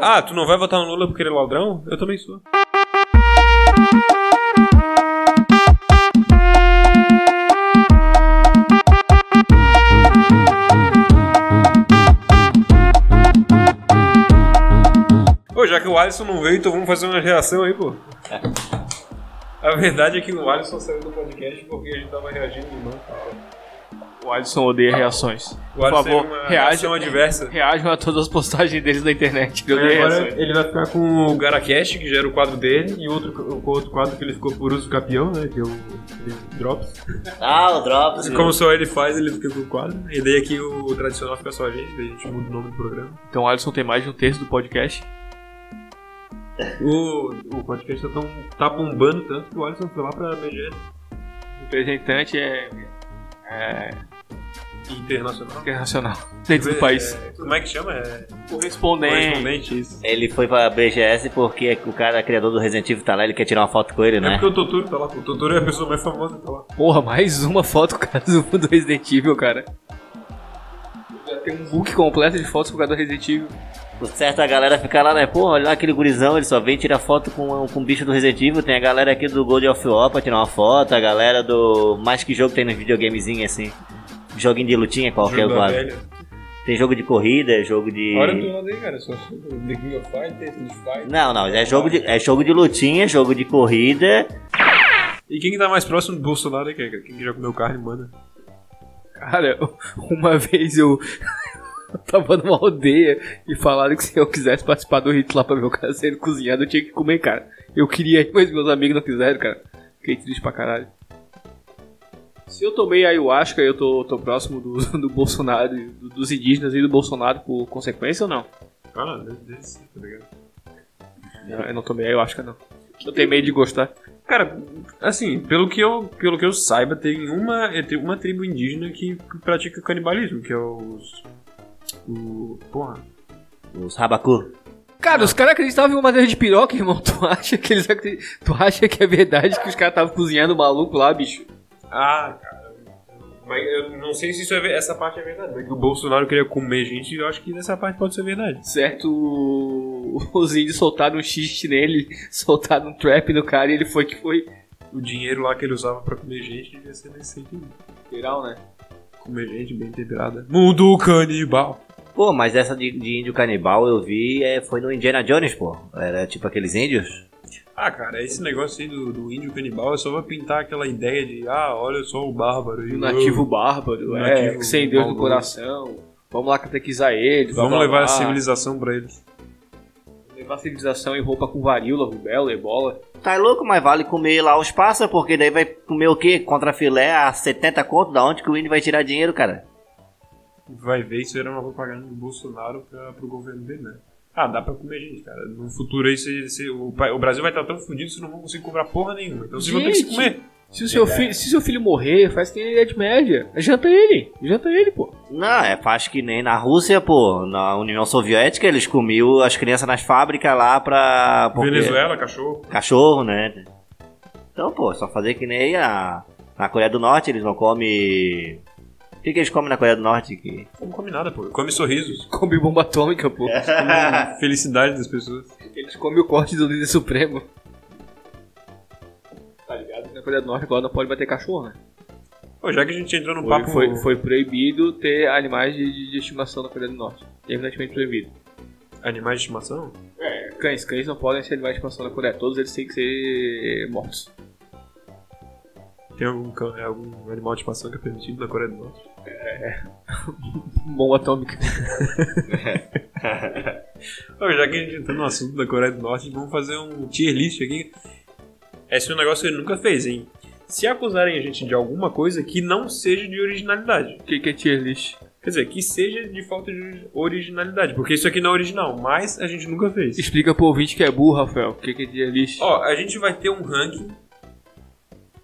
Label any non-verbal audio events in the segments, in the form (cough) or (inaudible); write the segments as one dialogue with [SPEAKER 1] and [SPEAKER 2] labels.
[SPEAKER 1] Ah, tu não vai votar no Lula porque ele é ladrão? Eu também sou. Ô, já que o Alisson não veio, então vamos fazer uma reação aí, pô. A verdade é que o Alisson saiu do podcast porque a gente tava reagindo de mão.
[SPEAKER 2] O Alisson odeia reações.
[SPEAKER 1] O
[SPEAKER 2] Por
[SPEAKER 1] Alisson
[SPEAKER 2] favor,
[SPEAKER 1] é uma reação
[SPEAKER 2] reajam,
[SPEAKER 1] adversa.
[SPEAKER 2] reajam a todas as postagens deles na internet. Que eu odeio
[SPEAKER 1] Agora
[SPEAKER 2] reações.
[SPEAKER 1] ele vai ficar com o Garacast, que já era o quadro dele, e outro, com outro quadro que ele ficou por uso campeão, né? Que é o ele Drops.
[SPEAKER 3] Ah, o Drops.
[SPEAKER 1] E como só ele faz, ele fica com o quadro. E daí aqui o tradicional fica só a gente, daí a gente muda o nome do programa.
[SPEAKER 2] Então o Alisson tem mais de um terço do podcast.
[SPEAKER 1] O, o podcast tá, tão, tá bombando tanto que o Alisson foi lá pra BGS
[SPEAKER 2] representante é, é
[SPEAKER 1] Internacional.
[SPEAKER 2] internacional (laughs) dentro do país.
[SPEAKER 1] É, como é que chama? É
[SPEAKER 3] Né.
[SPEAKER 2] Correspondente.
[SPEAKER 1] correspondente, isso.
[SPEAKER 3] Ele foi pra BGS porque o cara, criador do Resident Evil, tá lá, ele quer tirar uma foto com ele,
[SPEAKER 1] É
[SPEAKER 3] né?
[SPEAKER 1] porque o Totoro tá lá, pô. O Totoro é a pessoa mais famosa que tá lá.
[SPEAKER 2] Porra, mais uma foto com o cara do do Resident Evil, cara. Já tem um book completo de fotos com o cara do Resident Evil.
[SPEAKER 3] O certo é a galera ficar lá, né? Pô, olha lá aquele gurizão, ele só vem tirar foto com, com o bicho do Resident Evil. Tem a galera aqui do Gold of War pra tirar uma foto, a galera do. Mais que jogo tem nos videogamezinhos assim. Joguinho de lutinha qualquer,
[SPEAKER 1] Jogo da
[SPEAKER 3] claro.
[SPEAKER 1] velha.
[SPEAKER 3] Tem jogo de corrida, jogo de.
[SPEAKER 1] Olha do lado aí, cara. Só The King of Fighters, Street Fighter.
[SPEAKER 3] Não, não, é jogo, de, é jogo de lutinha, jogo de corrida.
[SPEAKER 1] E quem que tá mais próximo do Bolsonaro aí, cara? Quem que já comeu carne, manda.
[SPEAKER 2] Cara, (laughs) uma vez eu (laughs) tava numa aldeia e falaram que se eu quisesse participar do rito lá pra ver o cara sendo cozinhado, eu tinha que comer, cara. Eu queria (laughs) ir, mas meus amigos não quiseram, cara. Fiquei triste pra caralho. Se eu tomei ayahuasca, eu tô, tô próximo do, (laughs) do Bolsonaro, do- dos indígenas e do Bolsonaro por consequência ou não?
[SPEAKER 1] Cara, deve- deve ser, tá ligado?
[SPEAKER 2] Não, Eu não tomei ayahuasca, não. Eu tenho medo de gostar.
[SPEAKER 1] Cara, assim, pelo que eu, pelo que eu saiba, tem uma, é, tem uma tribo indígena que pratica canibalismo, que é os. O. Porra.
[SPEAKER 3] Os Rabacu.
[SPEAKER 2] Cara, os caras acreditavam em uma madeira de piroca, irmão. Tu acha que eles acredi- Tu acha que é verdade que os caras estavam cozinhando o maluco lá, bicho?
[SPEAKER 1] Ah, cara. Mas eu não sei se isso é, ver- essa parte é verdade. Mas que o Bolsonaro queria comer gente, eu acho que dessa parte pode ser verdade.
[SPEAKER 2] Certo, o- os índios soltaram um xiste nele, (laughs) soltaram um trap no cara e ele foi que foi.
[SPEAKER 1] O dinheiro lá que ele usava pra comer gente devia ser nesse sentido.
[SPEAKER 2] Geral, né?
[SPEAKER 1] Comer gente bem temperada. Mundo canibal!
[SPEAKER 3] Pô, mas essa de, de índio canibal eu vi é, foi no Indiana Jones, pô. Era tipo aqueles índios.
[SPEAKER 1] Ah, cara, esse negócio aí do, do índio canibal é só pra pintar aquela ideia de, ah, olha só o bárbaro aí.
[SPEAKER 2] O Um nativo bárbaro,
[SPEAKER 1] O
[SPEAKER 2] é,
[SPEAKER 1] Um nativo
[SPEAKER 2] sem Deus do
[SPEAKER 1] maldoso.
[SPEAKER 2] coração. Vamos lá catequizar ele. blá,
[SPEAKER 1] Vamos
[SPEAKER 2] blá,
[SPEAKER 1] levar a
[SPEAKER 2] blá.
[SPEAKER 1] civilização pra eles.
[SPEAKER 2] Levar a civilização em roupa com varíola, rubéola, ebola.
[SPEAKER 3] Tá louco, mas vale comer lá os pássaros, porque daí vai comer o quê? Contra filé a 70 conto? Da onde que o índio vai tirar dinheiro, cara?
[SPEAKER 1] Vai ver, isso era uma propaganda do Bolsonaro pra, pro governo dele, né? Ah, dá pra comer gente, cara. No futuro aí, se, se- o, pa- o Brasil vai estar tão fudido que vocês não vão conseguir comprar porra nenhuma. Então vocês vão ter que se
[SPEAKER 2] Gente!
[SPEAKER 1] comer.
[SPEAKER 2] Se o, seu filho, se seu filho morrer, faz que nem ele é de média. Janta ele, janta ele, pô. (laughs)
[SPEAKER 3] Não, é faz que nem na Rússia, pô. Na União Soviética eles comiam as crianças nas fábricas lá pra. porque-
[SPEAKER 1] Venezuela, cachorro.
[SPEAKER 3] Cachorro, né? Então, pô, só fazer que nem a. Na Coreia do Norte eles não comem. O que, que eles comem na Coreia do Norte? Que...
[SPEAKER 1] Não come nada, pô. Come
[SPEAKER 2] (laughs)
[SPEAKER 1] sorrisos.
[SPEAKER 2] Come bomba atômica, pô.
[SPEAKER 1] É. Come felicidade das pessoas.
[SPEAKER 2] Eles comem o corte do líder supremo. Tá ligado? Na Coreia do Norte agora não pode bater cachorro, né?
[SPEAKER 1] Pô, já que a gente entrou no
[SPEAKER 2] Foi,
[SPEAKER 1] papo...
[SPEAKER 2] foi, foi proibido ter animais de, de- de estimação na Coreia do Norte. Evidentemente proibido.
[SPEAKER 1] Animais de estimação?
[SPEAKER 2] Cães, cães não podem ser animais de estimação na Coreia. Todos eles têm que ser mortos.
[SPEAKER 1] Tem algum, cã- algum animal de estimação que é permitido na Coreia do Norte?
[SPEAKER 2] Bom atômica.
[SPEAKER 1] Pô, já que a gente entrou no assunto da Coreia do Norte, vamos fazer um tier list aqui. Esse é um negócio que ele nunca fez, hein? Se acusarem a gente de alguma coisa que não seja de originalidade.
[SPEAKER 2] O que, que é tier list?
[SPEAKER 1] Quer dizer, que seja de falta de originalidade, porque isso aqui não é original, mas a gente nunca fez.
[SPEAKER 2] Explica pro ouvinte que é burro, Rafael. O que, que é tier list?
[SPEAKER 1] Ó, a gente vai ter um ranking.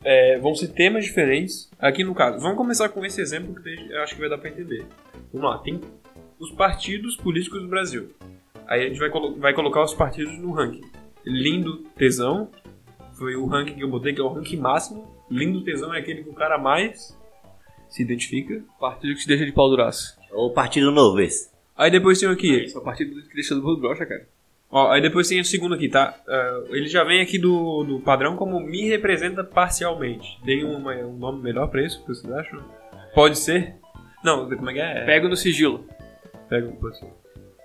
[SPEAKER 1] É, vão ser temas diferentes. Aqui no caso, vamos começar com esse exemplo que daí eu acho que vai dar pra entender. Vamos lá, tem os partidos políticos do Brasil. Aí a gente vai, colo- vai colocar os partidos no ranking. Lindo Tesão foi o ranking que eu botei, que é o ranking máximo. Lindo Tesão é aquele que o cara mais se identifica.
[SPEAKER 2] Partido que te deixa de pau duraço.
[SPEAKER 3] Ou Partido Novo esse.
[SPEAKER 1] Aí depois tem aqui.
[SPEAKER 2] Esse é o partido que deixa do burro brocha, cara.
[SPEAKER 1] Ó, aí depois tem o segundo aqui, tá? Ah, ele já vem aqui do, do padrão como me representa parcialmente. Tem uma- um nome melhor pra isso, que vocês acham? Pode ser? Não, como é que é?
[SPEAKER 2] Pego no sigilo.
[SPEAKER 1] Pega um pode ser.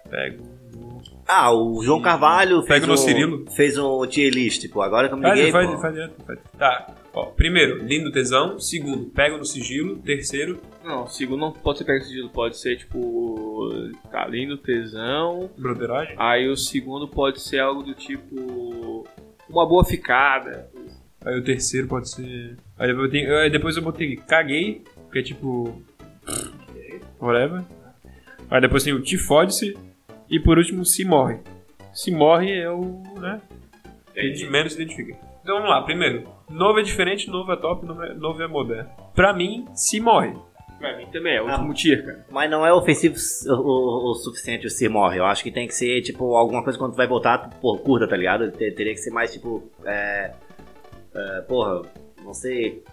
[SPEAKER 1] Pega um-
[SPEAKER 3] Ah, o João Carvalho fez
[SPEAKER 1] Pega no
[SPEAKER 3] um,
[SPEAKER 1] Cirilo.
[SPEAKER 3] fez um tier list, pô. Agora que eu me
[SPEAKER 1] Faz,
[SPEAKER 3] liguei,
[SPEAKER 1] faz,
[SPEAKER 3] pô.
[SPEAKER 1] faz direto. Faz. Tá. Ó, primeiro, lindo tesão. Segundo, pego no sigilo. Terceiro,
[SPEAKER 2] Não, segundo não pode ser pego no sigilo, pode ser tipo. Tá lindo, tesão.
[SPEAKER 1] broderagem.
[SPEAKER 2] Aí o segundo pode ser algo do tipo. Uma boa ficada.
[SPEAKER 1] Aí o terceiro pode ser. Aí depois eu, tenho- aí depois eu botei caguei, que é tipo. (sniffs) Whatever. Aí depois tem o te fode-se. E por último, se morre. Se morre é o. né? Que de menos se identifica. Então vamos lá, primeiro. Novo é diferente, novo é top, novo é, novo é moderno. Pra mim, se morre.
[SPEAKER 2] Pra mim também, é o último tier, cara.
[SPEAKER 3] Mas não é ofensivo o, o- o suficiente o se morre. Eu acho que tem que ser, tipo, alguma coisa quando tu vai botar, por curta, tá ligado? Te- teria que ser mais, tipo, é, é, porra, não sei,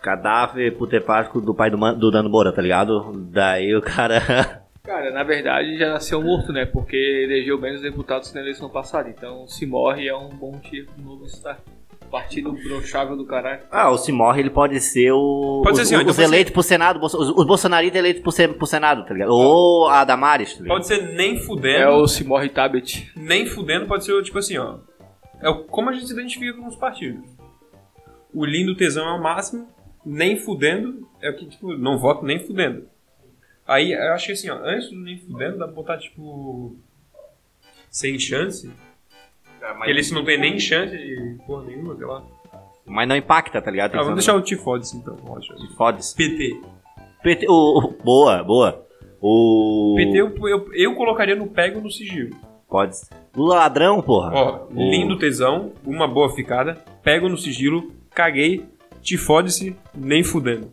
[SPEAKER 3] cadáver putepático do pai do, Man- do Dano Moura, tá ligado? Daí o cara... (laughs)
[SPEAKER 2] Cara, na verdade já nasceu morto, né? Porque elegeu bem os deputados na eleição passada. Então se morre é um bom tiro pro novo estar. Partido brochável do caralho.
[SPEAKER 3] Ah, o se morre, ele pode ser o...
[SPEAKER 1] Pode
[SPEAKER 3] os,
[SPEAKER 1] ser assim, ó,
[SPEAKER 3] os,
[SPEAKER 1] então pode
[SPEAKER 3] os
[SPEAKER 1] ser-
[SPEAKER 3] eleitos pro Senado, os, os bolsonaristas eleitos pro, sen- pro Senado, tá ligado? Ou a Damares, tá ligado?
[SPEAKER 1] Pode ser nem fudendo.
[SPEAKER 2] É o se morre Tabet.
[SPEAKER 1] nem fudendo pode ser tipo assim, ó. É o- como a gente se identifica com os partidos. O lindo tesão é o máximo, nem fudendo, é o que, tipo, não voto nem fudendo. Aí eu acho que assim, ó, antes do nem fudendo, dá pra botar, tipo. Sem chance. Porque Ah, Ele se não tem
[SPEAKER 2] tipo-
[SPEAKER 1] nem chance de porra nenhuma, sei lá.
[SPEAKER 3] Mas não impacta, tá ligado? Tem
[SPEAKER 1] Ah,
[SPEAKER 3] que ser um-
[SPEAKER 1] vamos deixar o Tifodes então, rocha.
[SPEAKER 3] Foda-se.
[SPEAKER 1] PT.
[SPEAKER 3] PT, o, o- boa, boa. O...
[SPEAKER 1] PT eu, eu, eu colocaria no pego no sigilo.
[SPEAKER 3] Pode. Lula é ladrão, porra.
[SPEAKER 1] Ó,
[SPEAKER 3] O-
[SPEAKER 1] lindo tesão, uma boa ficada, pego no sigilo, caguei, te fode-se, nem fudendo.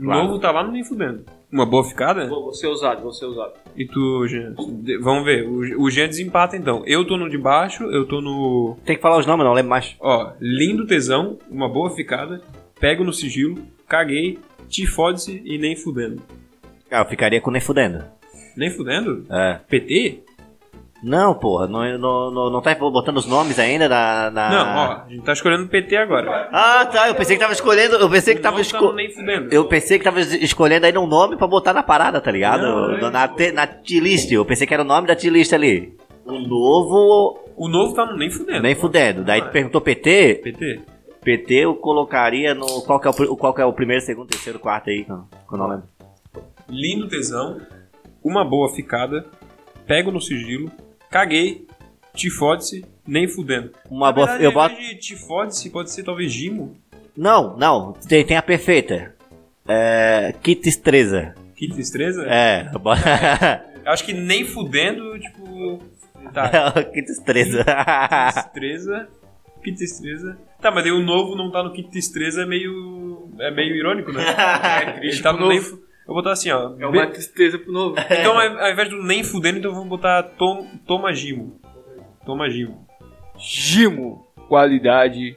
[SPEAKER 3] Claro.
[SPEAKER 1] Novo tá lá no nem fudendo. Uma boa ficada?
[SPEAKER 2] Vou, vou ser ousado, vou ser ousado.
[SPEAKER 1] E tu, Jean? De- Vamos ver, o, o Jean desempata então. Eu tô no de baixo, eu tô no.
[SPEAKER 3] Tem que falar os nomes, não lembro mais.
[SPEAKER 1] Ó, lindo tesão, uma boa ficada, pego no sigilo, caguei, te fode-se e nem fudendo.
[SPEAKER 3] Ah, eu ficaria com nem fudendo.
[SPEAKER 1] Nem fudendo?
[SPEAKER 3] É.
[SPEAKER 1] PT?
[SPEAKER 3] Não, porra, não, não, não, não tá botando os nomes ainda na. na-
[SPEAKER 1] Não, ó, a gente tá escolhendo PT agora.
[SPEAKER 3] Ah, tá, eu pensei que tava escolhendo. Eu pensei que
[SPEAKER 1] O
[SPEAKER 3] tava
[SPEAKER 1] novo tá no
[SPEAKER 3] escolhendo.
[SPEAKER 1] nem fudendo.
[SPEAKER 3] Eu pensei que tava es- escolhendo ainda um nome pra botar na parada, tá ligado?
[SPEAKER 1] Não, é.
[SPEAKER 3] na te- na T-list. Eu pensei que era o nome da T-list ali. O novo.
[SPEAKER 1] O novo tá no nem fudendo.
[SPEAKER 3] Nem fudendo. Daí
[SPEAKER 1] É.
[SPEAKER 3] tu perguntou PT.
[SPEAKER 1] PT?
[SPEAKER 3] PT eu colocaria no. Qual que é o, pri- qual que é o primeiro, segundo, terceiro, quarto aí? que eu- que eu não lembro.
[SPEAKER 1] lindo tesão, uma boa ficada, pego no sigilo, caguei, te fode-se, nem fudendo.
[SPEAKER 3] Uma
[SPEAKER 1] Na
[SPEAKER 3] boa.
[SPEAKER 1] verdade,
[SPEAKER 3] eu
[SPEAKER 1] ao
[SPEAKER 3] boto.
[SPEAKER 1] invés de te fode-se, pode ser talvez Gimo,
[SPEAKER 3] Não, não, tem, tem a perfeita. É. Que destreza.
[SPEAKER 1] que destreza.
[SPEAKER 3] É. (laughs) bo-
[SPEAKER 1] Acho que nem fudendo, tipo.
[SPEAKER 3] (laughs)
[SPEAKER 1] Tá,
[SPEAKER 3] que destreza.
[SPEAKER 1] que destreza, que destreza. Tá, mas aí o novo não tá no que destreza é meio. É meio irônico, né? É triste. Tá
[SPEAKER 2] pro
[SPEAKER 1] no nem
[SPEAKER 2] novo.
[SPEAKER 1] fu- Eu vou botar assim, ó.
[SPEAKER 2] É
[SPEAKER 1] be-
[SPEAKER 2] uma tristeza pro novo.
[SPEAKER 3] É.
[SPEAKER 1] Então, ao ao invés do nem fudendo, então vamos botar tom, toma Gimo. Toma Gimo.
[SPEAKER 2] Gimo. (laughs) Qualidade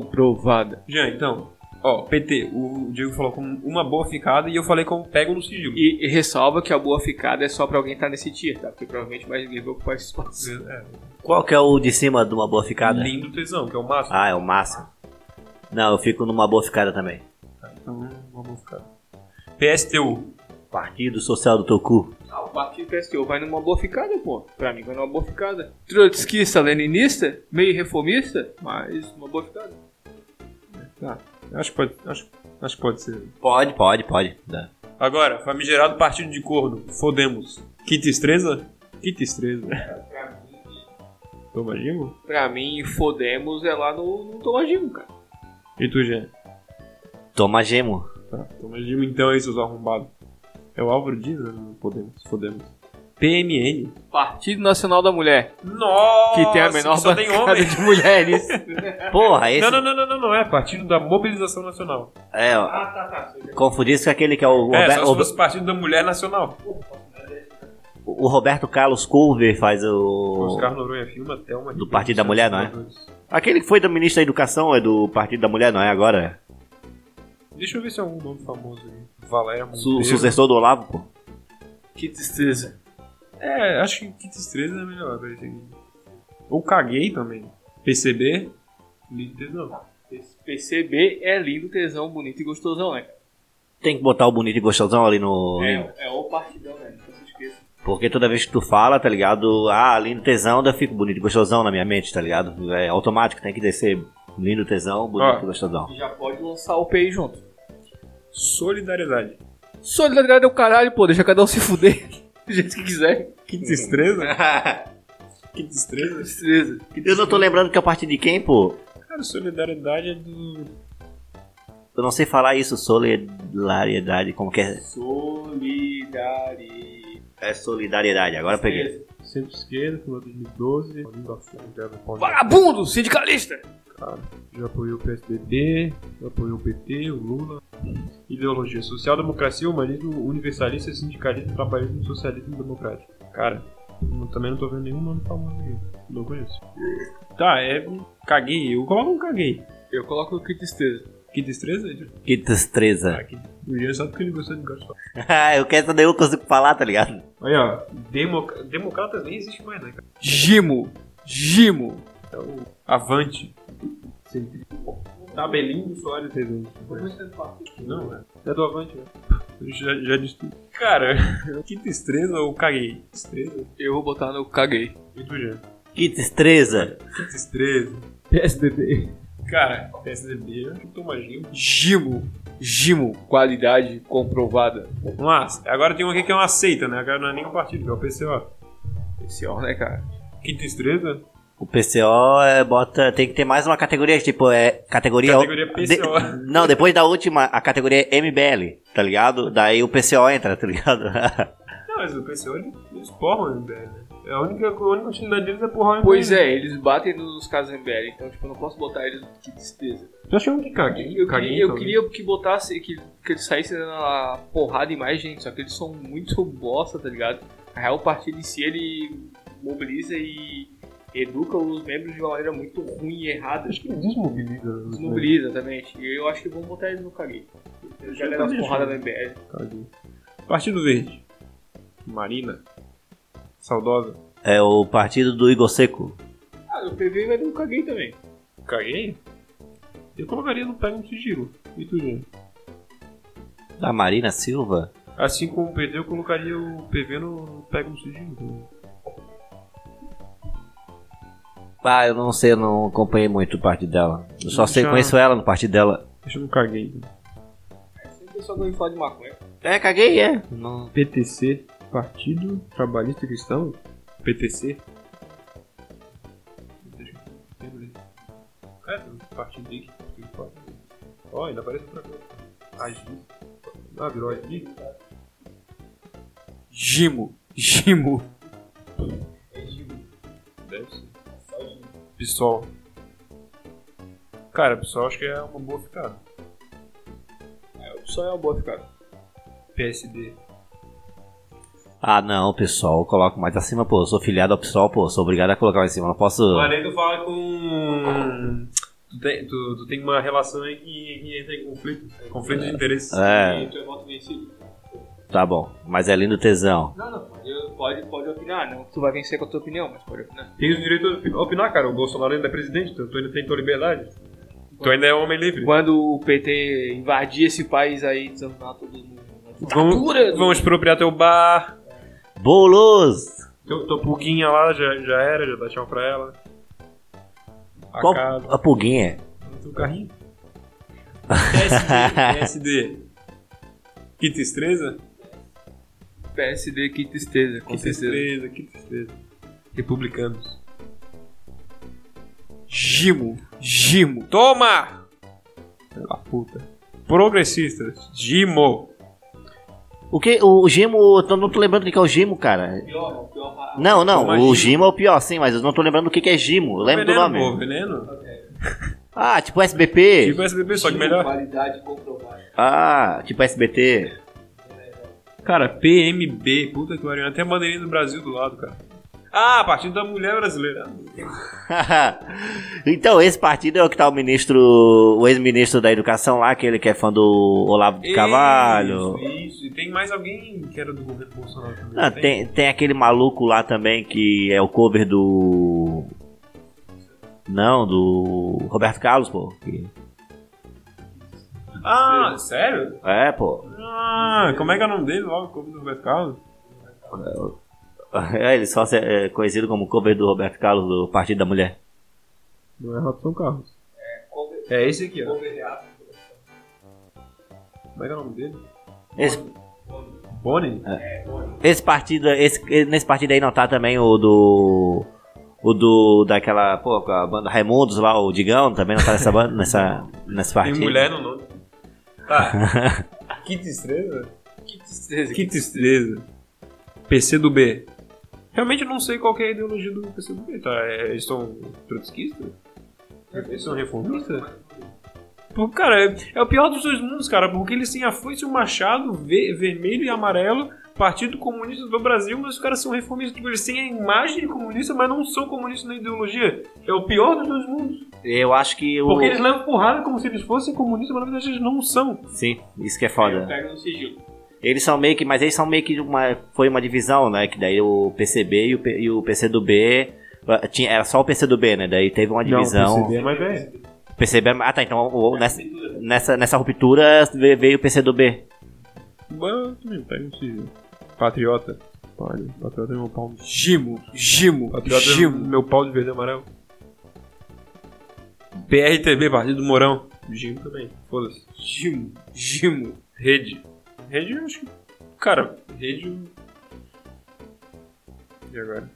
[SPEAKER 2] comprovada.
[SPEAKER 1] Jean, então, ó, PT, o Diego falou com uma boa ficada e eu falei com pego no sigilo.
[SPEAKER 2] E, e ressalva que a boa ficada é só pra alguém estar nesse tier, tá? Porque provavelmente mais ninguém vai ocupar esse espaço.
[SPEAKER 1] É,
[SPEAKER 3] (laughs) Qual que é o de cima de uma boa ficada?
[SPEAKER 1] lindo tesão, que é o máximo.
[SPEAKER 3] Ah, é o máximo. Não, eu fico numa boa ficada também.
[SPEAKER 1] Então, uma boa ficada. PSTU.
[SPEAKER 3] Partido Social do Toku.
[SPEAKER 2] Ah, o partido PSTU vai numa boa ficada, pô. Pra mim vai numa boa ficada. Trotskista, leninista, meio reformista, mas uma boa ficada.
[SPEAKER 1] Tá, acho que pode, acho, acho que pode ser.
[SPEAKER 3] Pode, pode, pode. Dá.
[SPEAKER 1] Agora, famigerado partido de corno, fodemos. Que destreza? Que destreza. Toma Gimo?
[SPEAKER 2] Pra mim, fodemos é lá no, no Tomaginho, cara.
[SPEAKER 1] E tu, Jean?
[SPEAKER 3] Toma gemo.
[SPEAKER 1] Tá, toma Gimo então aí, seus arrombados. É o Álvaro Dias, né? Podemos, fodemos. PMN.
[SPEAKER 2] Partido Nacional da Mulher,
[SPEAKER 1] Nossa,
[SPEAKER 2] que tem a menor
[SPEAKER 1] só tem
[SPEAKER 2] bancada
[SPEAKER 1] homem.
[SPEAKER 2] de mulheres.
[SPEAKER 1] (laughs)
[SPEAKER 3] Porra, esse.
[SPEAKER 1] Não, não, não, não, não, não é. Partido da Mobilização Nacional.
[SPEAKER 3] É, ó. Confundi isso com aquele que é o.
[SPEAKER 1] é,
[SPEAKER 3] Rober-
[SPEAKER 1] só se fosse Partido da Mulher Nacional.
[SPEAKER 3] o, o Roberto Carlos Culver faz
[SPEAKER 1] O
[SPEAKER 3] o.
[SPEAKER 1] Oscar Noronha filma até uma...
[SPEAKER 3] Do Partido da Mulher, não é? Aquele que foi do ministro da Educação é do Partido da Mulher, não é agora?
[SPEAKER 1] Deixa eu ver se é algum nome famoso aí. Valéria
[SPEAKER 3] Su-
[SPEAKER 1] Monteiro.
[SPEAKER 3] sucessor do Olavo, pô.
[SPEAKER 2] que tristeza.
[SPEAKER 1] É, acho que que destreza é melhor. pra esse aqui. Ou caguei também. PCB, lindo tesão.
[SPEAKER 2] Esse PCB é lindo, tesão, bonito e gostosão, né?
[SPEAKER 3] Tem que botar o bonito e gostosão ali no.
[SPEAKER 2] É, é o partidão, né? Não se esqueça.
[SPEAKER 3] Porque toda vez que tu fala, tá ligado? Ah, lindo tesão, ainda fico bonito e gostosão na minha mente, tá ligado? É automático, tem que descer lindo tesão, bonito
[SPEAKER 1] Ó.
[SPEAKER 3] e gostosão.
[SPEAKER 2] E já pode lançar o PI junto.
[SPEAKER 1] Solidariedade.
[SPEAKER 2] Solidariedade é o caralho, pô. Deixa cada um se fuder (laughs) do jeito que quiser.
[SPEAKER 1] Que destreza. que destreza.
[SPEAKER 2] Tristeza.
[SPEAKER 3] Eu não tô lembrando que é a parte de quem, pô?
[SPEAKER 1] Cara, solidariedade é do...
[SPEAKER 3] Eu não sei falar isso, solidariedade, como que é?
[SPEAKER 2] Solidariedade.
[SPEAKER 3] É solidariedade, agora peguei.
[SPEAKER 1] Centro esquerda, final de 2012. Paulinho da Fonte, Débora Paulo da
[SPEAKER 2] Vagabundo, sindicalista.
[SPEAKER 1] Já apoiou o PSDB, já apoiou o PT, o Lula. Ideologia social, democracia, humanismo, universalista, sindicalismo, trabalhismo, socialismo democrático. Cara, eu também não tô vendo nenhum nome famoso aqui. Não conheço. Tá, é. Caguei. Eu coloco um caguei.
[SPEAKER 2] Eu coloco que tristeza.
[SPEAKER 1] Que destreza, Edson.
[SPEAKER 3] Que destreza.
[SPEAKER 2] É.
[SPEAKER 1] Ah, que... O Jean sabe porque ele gostou de Godfather.
[SPEAKER 3] (laughs) eu quero saber, eu consigo falar, tá ligado?
[SPEAKER 1] Aí, ó. Democ... Democratas nem existe mais, né, cara?
[SPEAKER 2] Gimo. Gimo.
[SPEAKER 1] Então, avante. Sempre. Tá Tabelinho Soares Rezende. Não, é. É do avante, né? Já, já disse tudo. Cara, (laughs) que destreza ou caguei? Destreza?
[SPEAKER 2] Eu vou botar no caguei.
[SPEAKER 1] E tu, Jean?
[SPEAKER 3] Que destreza.
[SPEAKER 1] Que destreza.
[SPEAKER 2] PSDB.
[SPEAKER 1] Cara, PSDB, eu tô imaginando.
[SPEAKER 2] Gimo. Gimo. Qualidade comprovada.
[SPEAKER 1] Vamos lá, agora tem um aqui que é uma seita, né? Agora não é nem um partido, é o PCO.
[SPEAKER 2] Esse ó, né, cara?
[SPEAKER 1] Que destreza?
[SPEAKER 3] O PCO é, bota. Tem que ter mais uma categoria, tipo, é. Categoria.
[SPEAKER 1] Categoria PCO.
[SPEAKER 3] de- (laughs) não, depois da última, a categoria é MBL, tá ligado? Daí o PCO entra, tá ligado? (laughs)
[SPEAKER 1] Não, mas o PCO ele- eles porram o MBL, né? A única, a única utilidade deles é porrar o MBL.
[SPEAKER 2] Pois é, eles batem nos casos MBL, então tipo, eu não posso botar eles no que tristeza.
[SPEAKER 1] Tu achou que caguei?
[SPEAKER 2] Eu,
[SPEAKER 1] caguei,
[SPEAKER 2] queria, eu
[SPEAKER 1] talvez.
[SPEAKER 2] queria que botasse, que, que eles saíssem na porrada em mais gente, só que eles são muito bosta, tá ligado? Na real, o partido em si, ele mobiliza e educa os membros de uma maneira muito ruim e errada.
[SPEAKER 1] Acho que desmobiliza. né?
[SPEAKER 2] Desmobiliza, exatamente. E eu acho que vão botar eles no caguei. Eu já levo as porradas no MBL.
[SPEAKER 1] Cadê? Partido Verde. Marina. Saudosa.
[SPEAKER 3] É o partido do Igor Seco.
[SPEAKER 2] Ah, o PV vai no caguei também.
[SPEAKER 1] Caguei? Eu colocaria no pé no sigilo. E tu, Jean?
[SPEAKER 3] Da Marina Silva?
[SPEAKER 1] Assim como o PD, eu colocaria o PV no pega no sigilo.
[SPEAKER 3] Ah, eu não sei, eu não acompanhei muito o partido dela. Eu só sei,
[SPEAKER 1] Já.
[SPEAKER 3] conheço ela no partido dela.
[SPEAKER 1] Deixa eu não caguei.
[SPEAKER 2] É, Sempre eu só gosto de falar de maconha.
[SPEAKER 3] É, caguei, é. Não-
[SPEAKER 1] PTC. Partido Trabalhista Cristão? PTC? Cara, tem um partido aí que pode. Ó, ainda aparece outra coisa. Agir. Ah, virou agir.
[SPEAKER 2] Gimo. Gimo.
[SPEAKER 1] Deve ser. Pistol. Cara, PSOL acho que é uma boa ficada.
[SPEAKER 2] Só é uma boa ficada.
[SPEAKER 1] PSD.
[SPEAKER 3] Ah, não, pessoal, eu coloco mais acima, pô. Eu sou filiado ao pessoal, pô. Sou obrigado a colocar mais acima. Não posso.
[SPEAKER 1] Mas tu fala com. Tu tem, tu, tu tem uma relação aí que, que entra em conflito. Conflito de interesses.
[SPEAKER 3] É,
[SPEAKER 2] E tu é voto vencido?
[SPEAKER 3] tá bom. Mas é lindo tesão.
[SPEAKER 2] Não, não. mas eu- Pode, pode opinar. Não que tu vai vencer com a tua opinião, mas pode opinar.
[SPEAKER 1] Tem o direito a opinar, cara. O Bolsonaro ainda é presidente, tu, tu ainda tem tua liberdade. Tu ainda é homem livre.
[SPEAKER 2] Quando o PT invadir esse país aí, desarmar todo mundo.
[SPEAKER 1] Vamos, vamos expropriar teu bar.
[SPEAKER 3] Bolos!
[SPEAKER 1] Teu, tua pulguinha lá já, já era, já dá tchau pra ela. A
[SPEAKER 3] Qual
[SPEAKER 1] casa.
[SPEAKER 3] a pulguinha?
[SPEAKER 1] Teu carrinho. PSD. PSD. Que tristeza?
[SPEAKER 2] PSD, que tristeza, com
[SPEAKER 1] que
[SPEAKER 2] certeza.
[SPEAKER 1] tristeza, que tristeza. Republicanos.
[SPEAKER 2] Gimo, Gimo.
[SPEAKER 1] Toma! Pela puta. Progressistas. Gimo.
[SPEAKER 3] O que? O Gimo, eu tô- não tô lembrando o que que é o Gimo, cara.
[SPEAKER 2] Pior, pior.
[SPEAKER 3] Não, não,
[SPEAKER 1] Toma Gimo.
[SPEAKER 3] o Gimo é o pior, sim, mas eu não tô lembrando o que que é Gimo. Eu lembro do
[SPEAKER 1] veneno, pô,
[SPEAKER 3] nome.
[SPEAKER 1] veneno.
[SPEAKER 3] Ah, tipo SBP.
[SPEAKER 1] Tipo SBP, só que melhor.
[SPEAKER 2] Qualidade comprovada.
[SPEAKER 3] Ah, tipo SBT.
[SPEAKER 1] Cara, PMB. Puta que pariu. Até a bandeirinha do Brasil do lado, cara. Ah, Partido da Mulher Brasileira.
[SPEAKER 3] (laughs) então, esse partido é o que tá o ministro, o ex-ministro da educação lá, aquele que é fã do Olavo de Carvalho.
[SPEAKER 1] Isso, isso. E tem mais alguém que era do governo Bolsonaro também.
[SPEAKER 3] Ah,
[SPEAKER 1] não
[SPEAKER 3] tem, tem aquele maluco lá também que é o cover do. Não, do Roberto Carlos, pô. que-
[SPEAKER 1] Ah, sério?
[SPEAKER 3] É, pô.
[SPEAKER 1] Ah, como é que é o nome dele logo? Como do Roberto Carlos?
[SPEAKER 3] (laughs) É, ele só se- é conhecido como cover do Roberto Carlos do Partido da Mulher.
[SPEAKER 2] Não é Robson Carlos.
[SPEAKER 1] É esse aqui, ó. Como é que é o nome dele?
[SPEAKER 3] Esse,
[SPEAKER 1] Boni?
[SPEAKER 3] esse partido, esse, nesse partido aí não tá também o do. O do. daquela. Pô, com a banda Raimundos lá, o Digão, também não tá nessa
[SPEAKER 1] (laughs)
[SPEAKER 3] banda, nessa. nesse
[SPEAKER 1] Tem
[SPEAKER 3] partido.
[SPEAKER 1] mulher no nome. Tá. que tristeza.
[SPEAKER 2] Que tristeza.
[SPEAKER 1] Que tristeza. PCdoB. Realmente eu não sei qual que é a ideologia do PCdoB, tá? É, Eles são trotskistas? Eles são reformistas? Pô, cara, é, é o pior dos dois mundos, cara, porque eles têm a foice e o machado ve- vermelho e amarelo, Partido Comunista do Brasil, mas os caras são reformistas. Tipo, eles têm a imagem de comunista, mas não são comunistas na ideologia. É o pior dos dois mundos.
[SPEAKER 3] Eu acho que o.
[SPEAKER 1] Porque eles levam porrada como se eles fossem comunistas, mas na verdade eles não são.
[SPEAKER 3] Sim, isso que é foda.
[SPEAKER 1] Pega no sigilo.
[SPEAKER 3] Eles são meio que, mas eles são meio que uma, foi uma divisão, né? Que daí o PCB e o, P- e o PCdoB ah, tinha, era só o PCdoB, né? Daí teve uma divisão.
[SPEAKER 2] PCB.
[SPEAKER 1] É, mas é.
[SPEAKER 3] PCB, ah tá, então o- nessa, nessa, nessa ruptura ve- veio o PCdoB.
[SPEAKER 1] Eu também pego esse é um patriota. Olha, patriota é meu pau.
[SPEAKER 2] Gimo, Gimo,
[SPEAKER 1] Patriota é
[SPEAKER 2] Gimo.
[SPEAKER 1] meu pau de verde e amarelo. PRTB, Partido do Mourão. Gimo também, foda-se.
[SPEAKER 2] Gimo, Gimo.
[SPEAKER 1] Rede. Rede eu acho que... Cara, rede... eu- E agora?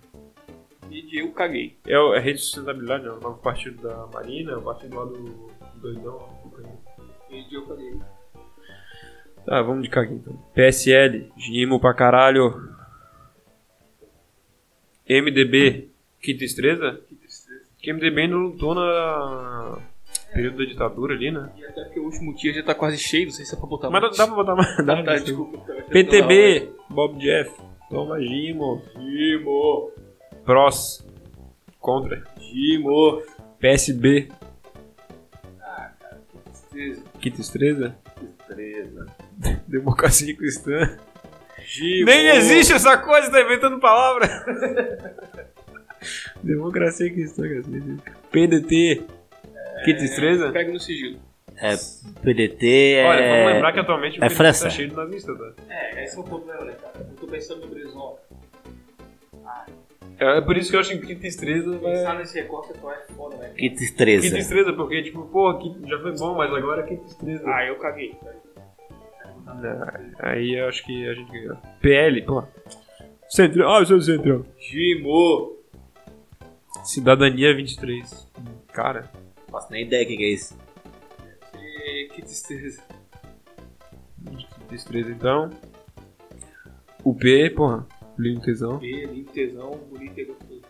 [SPEAKER 2] E eu caguei.
[SPEAKER 1] É o- é a Rede de Sustentabilidade, né? O novo partido da Marina, é o partido lá do doidão. do Caim.
[SPEAKER 2] E eu caguei.
[SPEAKER 1] Tá, vamos de caguinho então. PSL, Gimo pra caralho. MDB, que tristeza.
[SPEAKER 2] Que tristeza.
[SPEAKER 1] Que MDB ainda lutou na. período da ditadura ali, né?
[SPEAKER 2] E até porque o último dia já tá quase cheio, não sei se é pra botar
[SPEAKER 1] Mas dá,
[SPEAKER 2] mais.
[SPEAKER 1] dá pra botar mais. Então, Dá pra
[SPEAKER 2] tá,
[SPEAKER 1] botar tipo então,
[SPEAKER 2] desculpa.
[SPEAKER 1] PTB, Bob Jeff. Toma Gimo. Gimo. Pros. Contra. Gimo. PSB.
[SPEAKER 2] é Tristeza.
[SPEAKER 1] Que tristeza.
[SPEAKER 2] Tristeza.
[SPEAKER 1] (laughs) Democracia cristã.
[SPEAKER 2] Gimo.
[SPEAKER 1] Nem existe essa coisa, tá inventando palavra. (laughs) Democracia cristã, cacete. PDT. Que tristeza.
[SPEAKER 2] Pega no sigilo.
[SPEAKER 3] É, PDT é.
[SPEAKER 1] Olha, vamos lembrar que atualmente o
[SPEAKER 3] é
[SPEAKER 1] PDT
[SPEAKER 3] França.
[SPEAKER 1] tá cheio de nazista, tá?
[SPEAKER 2] É, esse é o problema, né, cara? Eu tô pensando no Brizola.
[SPEAKER 1] É por isso que eu acho que
[SPEAKER 2] É.
[SPEAKER 1] tristeza vai.
[SPEAKER 2] nesse recorte atual é foda, né?
[SPEAKER 3] Que
[SPEAKER 1] Que
[SPEAKER 3] destreza.
[SPEAKER 1] tristeza, porque, tipo, porra, que já foi bom, mas agora que tristeza.
[SPEAKER 3] Ah,
[SPEAKER 2] Ah, eu caguei.
[SPEAKER 1] Não, aí eu acho que a gente ganhou. PL, pô. Centrão, ah, eu sou do Centrão.
[SPEAKER 2] Gimo.
[SPEAKER 1] Cidadania 23. Cara,
[SPEAKER 3] Não faço nem ideia o que que é isso.
[SPEAKER 2] Que, que tristeza.
[SPEAKER 1] que tristeza então. O P, porra, Linho Tesão.
[SPEAKER 2] B, limpo, tesão, bonito e gostoso.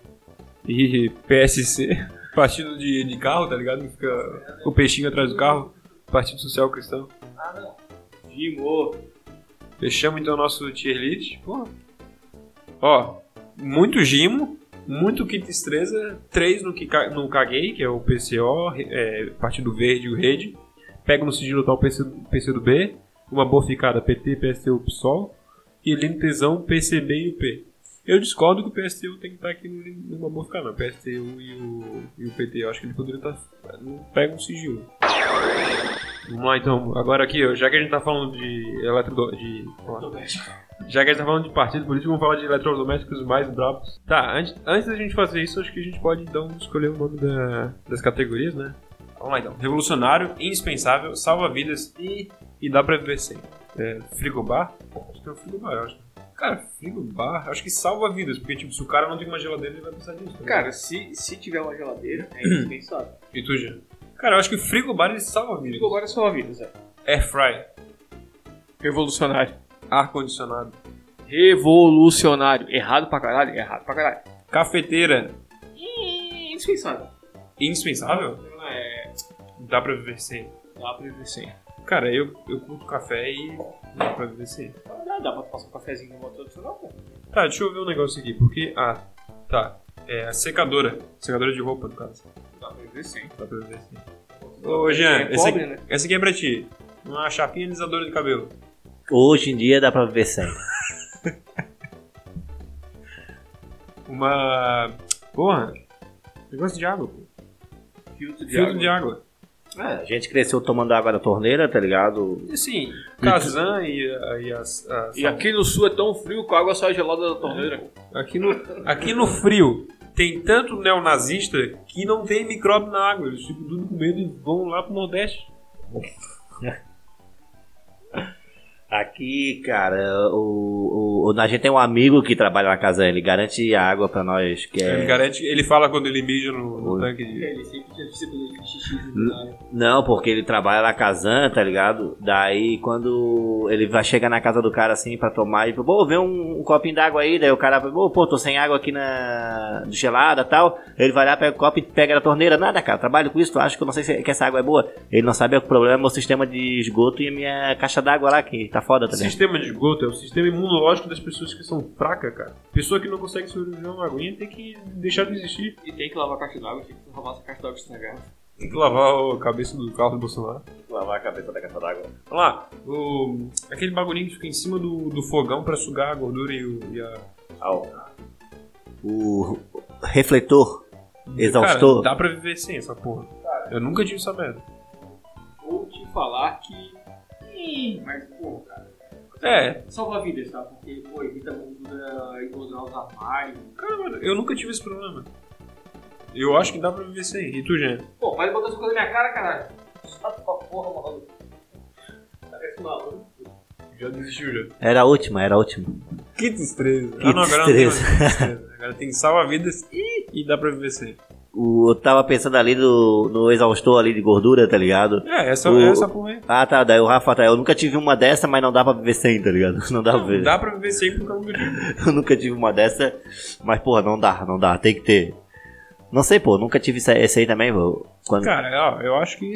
[SPEAKER 1] E PSC, partido de, de carro, tá ligado? Que Fica o peixinho atrás do carro. Partido Social Cristão.
[SPEAKER 2] Ah, não. Gimo.
[SPEAKER 1] Fechamos então o nosso tier list. Porra. Ó, muito Gimo, muito Kit Estreza, 3 no, que ca- no Caguei, que é o PCO, é, Partido Verde e o Rede. Pega no sigilo tal PC, PC do B, uma boa ficada PT, PSTU, PSOL e lentezão PCB e o P. Eu discordo que o PSTU tem que estar aqui no Lin- numa boa ficada, não. O PSTU e o, e o PT, eu acho que ele poderia tá estar. Não pega um sigilo. Vamos lá então, agora aqui, ó, já que a gente tá falando de eletro... de... ó, já que a gente tá falando de partido político, vamos falar de eletrodomésticos mais brabos. Tá, antes, antes da gente fazer isso, acho que a gente pode então escolher o nome da- das categorias, né? Vamos lá então. Revolucionário, indispensável, salva-vidas e, e dá pra viver sem. É, frigobar? Acho que é o frigobar, eu acho. Cara, frigobar, acho que salva-vidas, porque tipo, se o cara não tem uma geladeira, ele vai precisar disso. né?
[SPEAKER 2] Cara, se, se tiver uma geladeira, (clears throat) é indispensável.
[SPEAKER 1] E tu, Jean? Cara, eu acho que frigobar ele salva vidas.
[SPEAKER 2] Digo agora é sua vida, Zé.
[SPEAKER 1] Air fry,
[SPEAKER 2] Revolucionário.
[SPEAKER 1] ar-condicionado,
[SPEAKER 2] Revolucionário. Errado pra caralho? Errado pra caralho.
[SPEAKER 1] cafeteira,
[SPEAKER 2] Ih, Indispensável.
[SPEAKER 1] indispensável?
[SPEAKER 2] É.
[SPEAKER 1] Dá pra viver sem.
[SPEAKER 2] Dá pra viver sem.
[SPEAKER 1] Cara, eu, eu curto café e dá pra viver sem.
[SPEAKER 2] Dá, dá pra passar um cafezinho no motor tradicional, pô.
[SPEAKER 1] Tá, deixa eu ver um negócio aqui, porque. Ah, tá. É a secadora. Secadora de roupa, no caso.
[SPEAKER 2] Dá pra viver sem.
[SPEAKER 1] Dá pra viver sem. Ô, Jean,
[SPEAKER 2] É
[SPEAKER 1] esse,
[SPEAKER 2] pobre,
[SPEAKER 1] aqui,
[SPEAKER 2] né?
[SPEAKER 1] esse aqui é pra ti. Uma chapinha alisadora de cabelo.
[SPEAKER 3] Hoje em dia dá pra viver sem.
[SPEAKER 1] Uma. Porra! Negócio de água, pô.
[SPEAKER 2] filtro de
[SPEAKER 1] filtro
[SPEAKER 2] água.
[SPEAKER 1] de água.
[SPEAKER 3] É, a gente cresceu tomando água da torneira, tá ligado?
[SPEAKER 1] E assim, Kazan e, a- e as. as-
[SPEAKER 2] E aqui no sul é tão frio que a água sai gelada da torneira.
[SPEAKER 1] aqui, no, aqui no frio tem tanto neonazista que não tem micróbio na água. Eles ficam tudo com medo e vão lá pro Nordeste.
[SPEAKER 3] Aqui, cara, o, o, o- a gente tem um amigo que trabalha na casa, ele garante água pra nós, que
[SPEAKER 1] Ele
[SPEAKER 3] é...
[SPEAKER 1] garante, ele fala quando ele mija no, no
[SPEAKER 3] Oi. É.
[SPEAKER 1] tanque de.
[SPEAKER 2] É, Ele sempre tinha disciplina de xixi né?
[SPEAKER 3] na Não, porque ele trabalha na Kazan, tá ligado? Daí quando ele vai chegar na casa do cara assim pra tomar e fala, pô, vê um, um copinho d'água aí, daí o cara fala, pô, pô, tô sem água aqui na gelada e tal. Ele vai lá, pega o copo e pega na torneira. Nada, cara, trabalho com isso, tu acha que eu não sei se que essa água é boa? Ele não sabe o problema é o meu sistema de esgoto e a minha caixa d'água lá, que tá foda
[SPEAKER 1] O
[SPEAKER 3] também.
[SPEAKER 1] sistema de esgoto é o sistema imunológico das pessoas que são fracas, cara. Pessoa que não consegue sobreviver a uma aguinha tem que deixar de existir.
[SPEAKER 2] E tem que lavar a caixa d'água, tem que lavar essa caixa d'água estragada.
[SPEAKER 1] Tem que lavar a cabeça do carro do Bolsonaro.
[SPEAKER 3] Lavar a cabeça da caixa d'água.
[SPEAKER 1] Olha lá, o- aquele bagulhinho que fica em cima do, do fogão pra sugar a gordura e, o- e a.
[SPEAKER 3] O refletor exaustor.
[SPEAKER 1] Cara, dá pra viver sem essa porra. Eu nunca tive essa merda.
[SPEAKER 2] Ou te falar que. Ih, mas pô, cara.
[SPEAKER 1] É,
[SPEAKER 2] Salva vidas, tá? Porque, pô, evita gordura encontrar os armários.
[SPEAKER 1] cara, mano, eu nunca tive esse problema. Eu acho que dá pra viver sem. E tu, Jean?
[SPEAKER 2] Pô, vai botar essa coisa na minha cara, caralho. Chato pra porra, maluco. Parece maluco.
[SPEAKER 1] Já desistiu, já.
[SPEAKER 3] Era a última, era a última.
[SPEAKER 1] Que destreza.
[SPEAKER 3] Que
[SPEAKER 1] ah, não, agora não tem mais
[SPEAKER 3] destreza.
[SPEAKER 1] destreza. Agora tem salva-vidas e, e dá pra viver sem.
[SPEAKER 3] O, eu tava pensando ali no, no exaustor ali de gordura, tá ligado?
[SPEAKER 1] É, essa,
[SPEAKER 3] O-
[SPEAKER 1] essa porra aí.
[SPEAKER 3] Ah, tá. Daí o Rafa, tá. Eu nunca tive uma dessa, mas não dá pra viver sem, tá ligado? (laughs) Não dá pra
[SPEAKER 1] Não,
[SPEAKER 3] viver.
[SPEAKER 1] dá pra viver sem porque eu nunca tive.
[SPEAKER 3] Eu nunca tive uma dessa, mas, porra, não dá, não dá. Tem que ter. Não sei, pô. Nunca tive isso aí- esse aí também, pô. Quando...
[SPEAKER 1] Cara, ó, eu acho que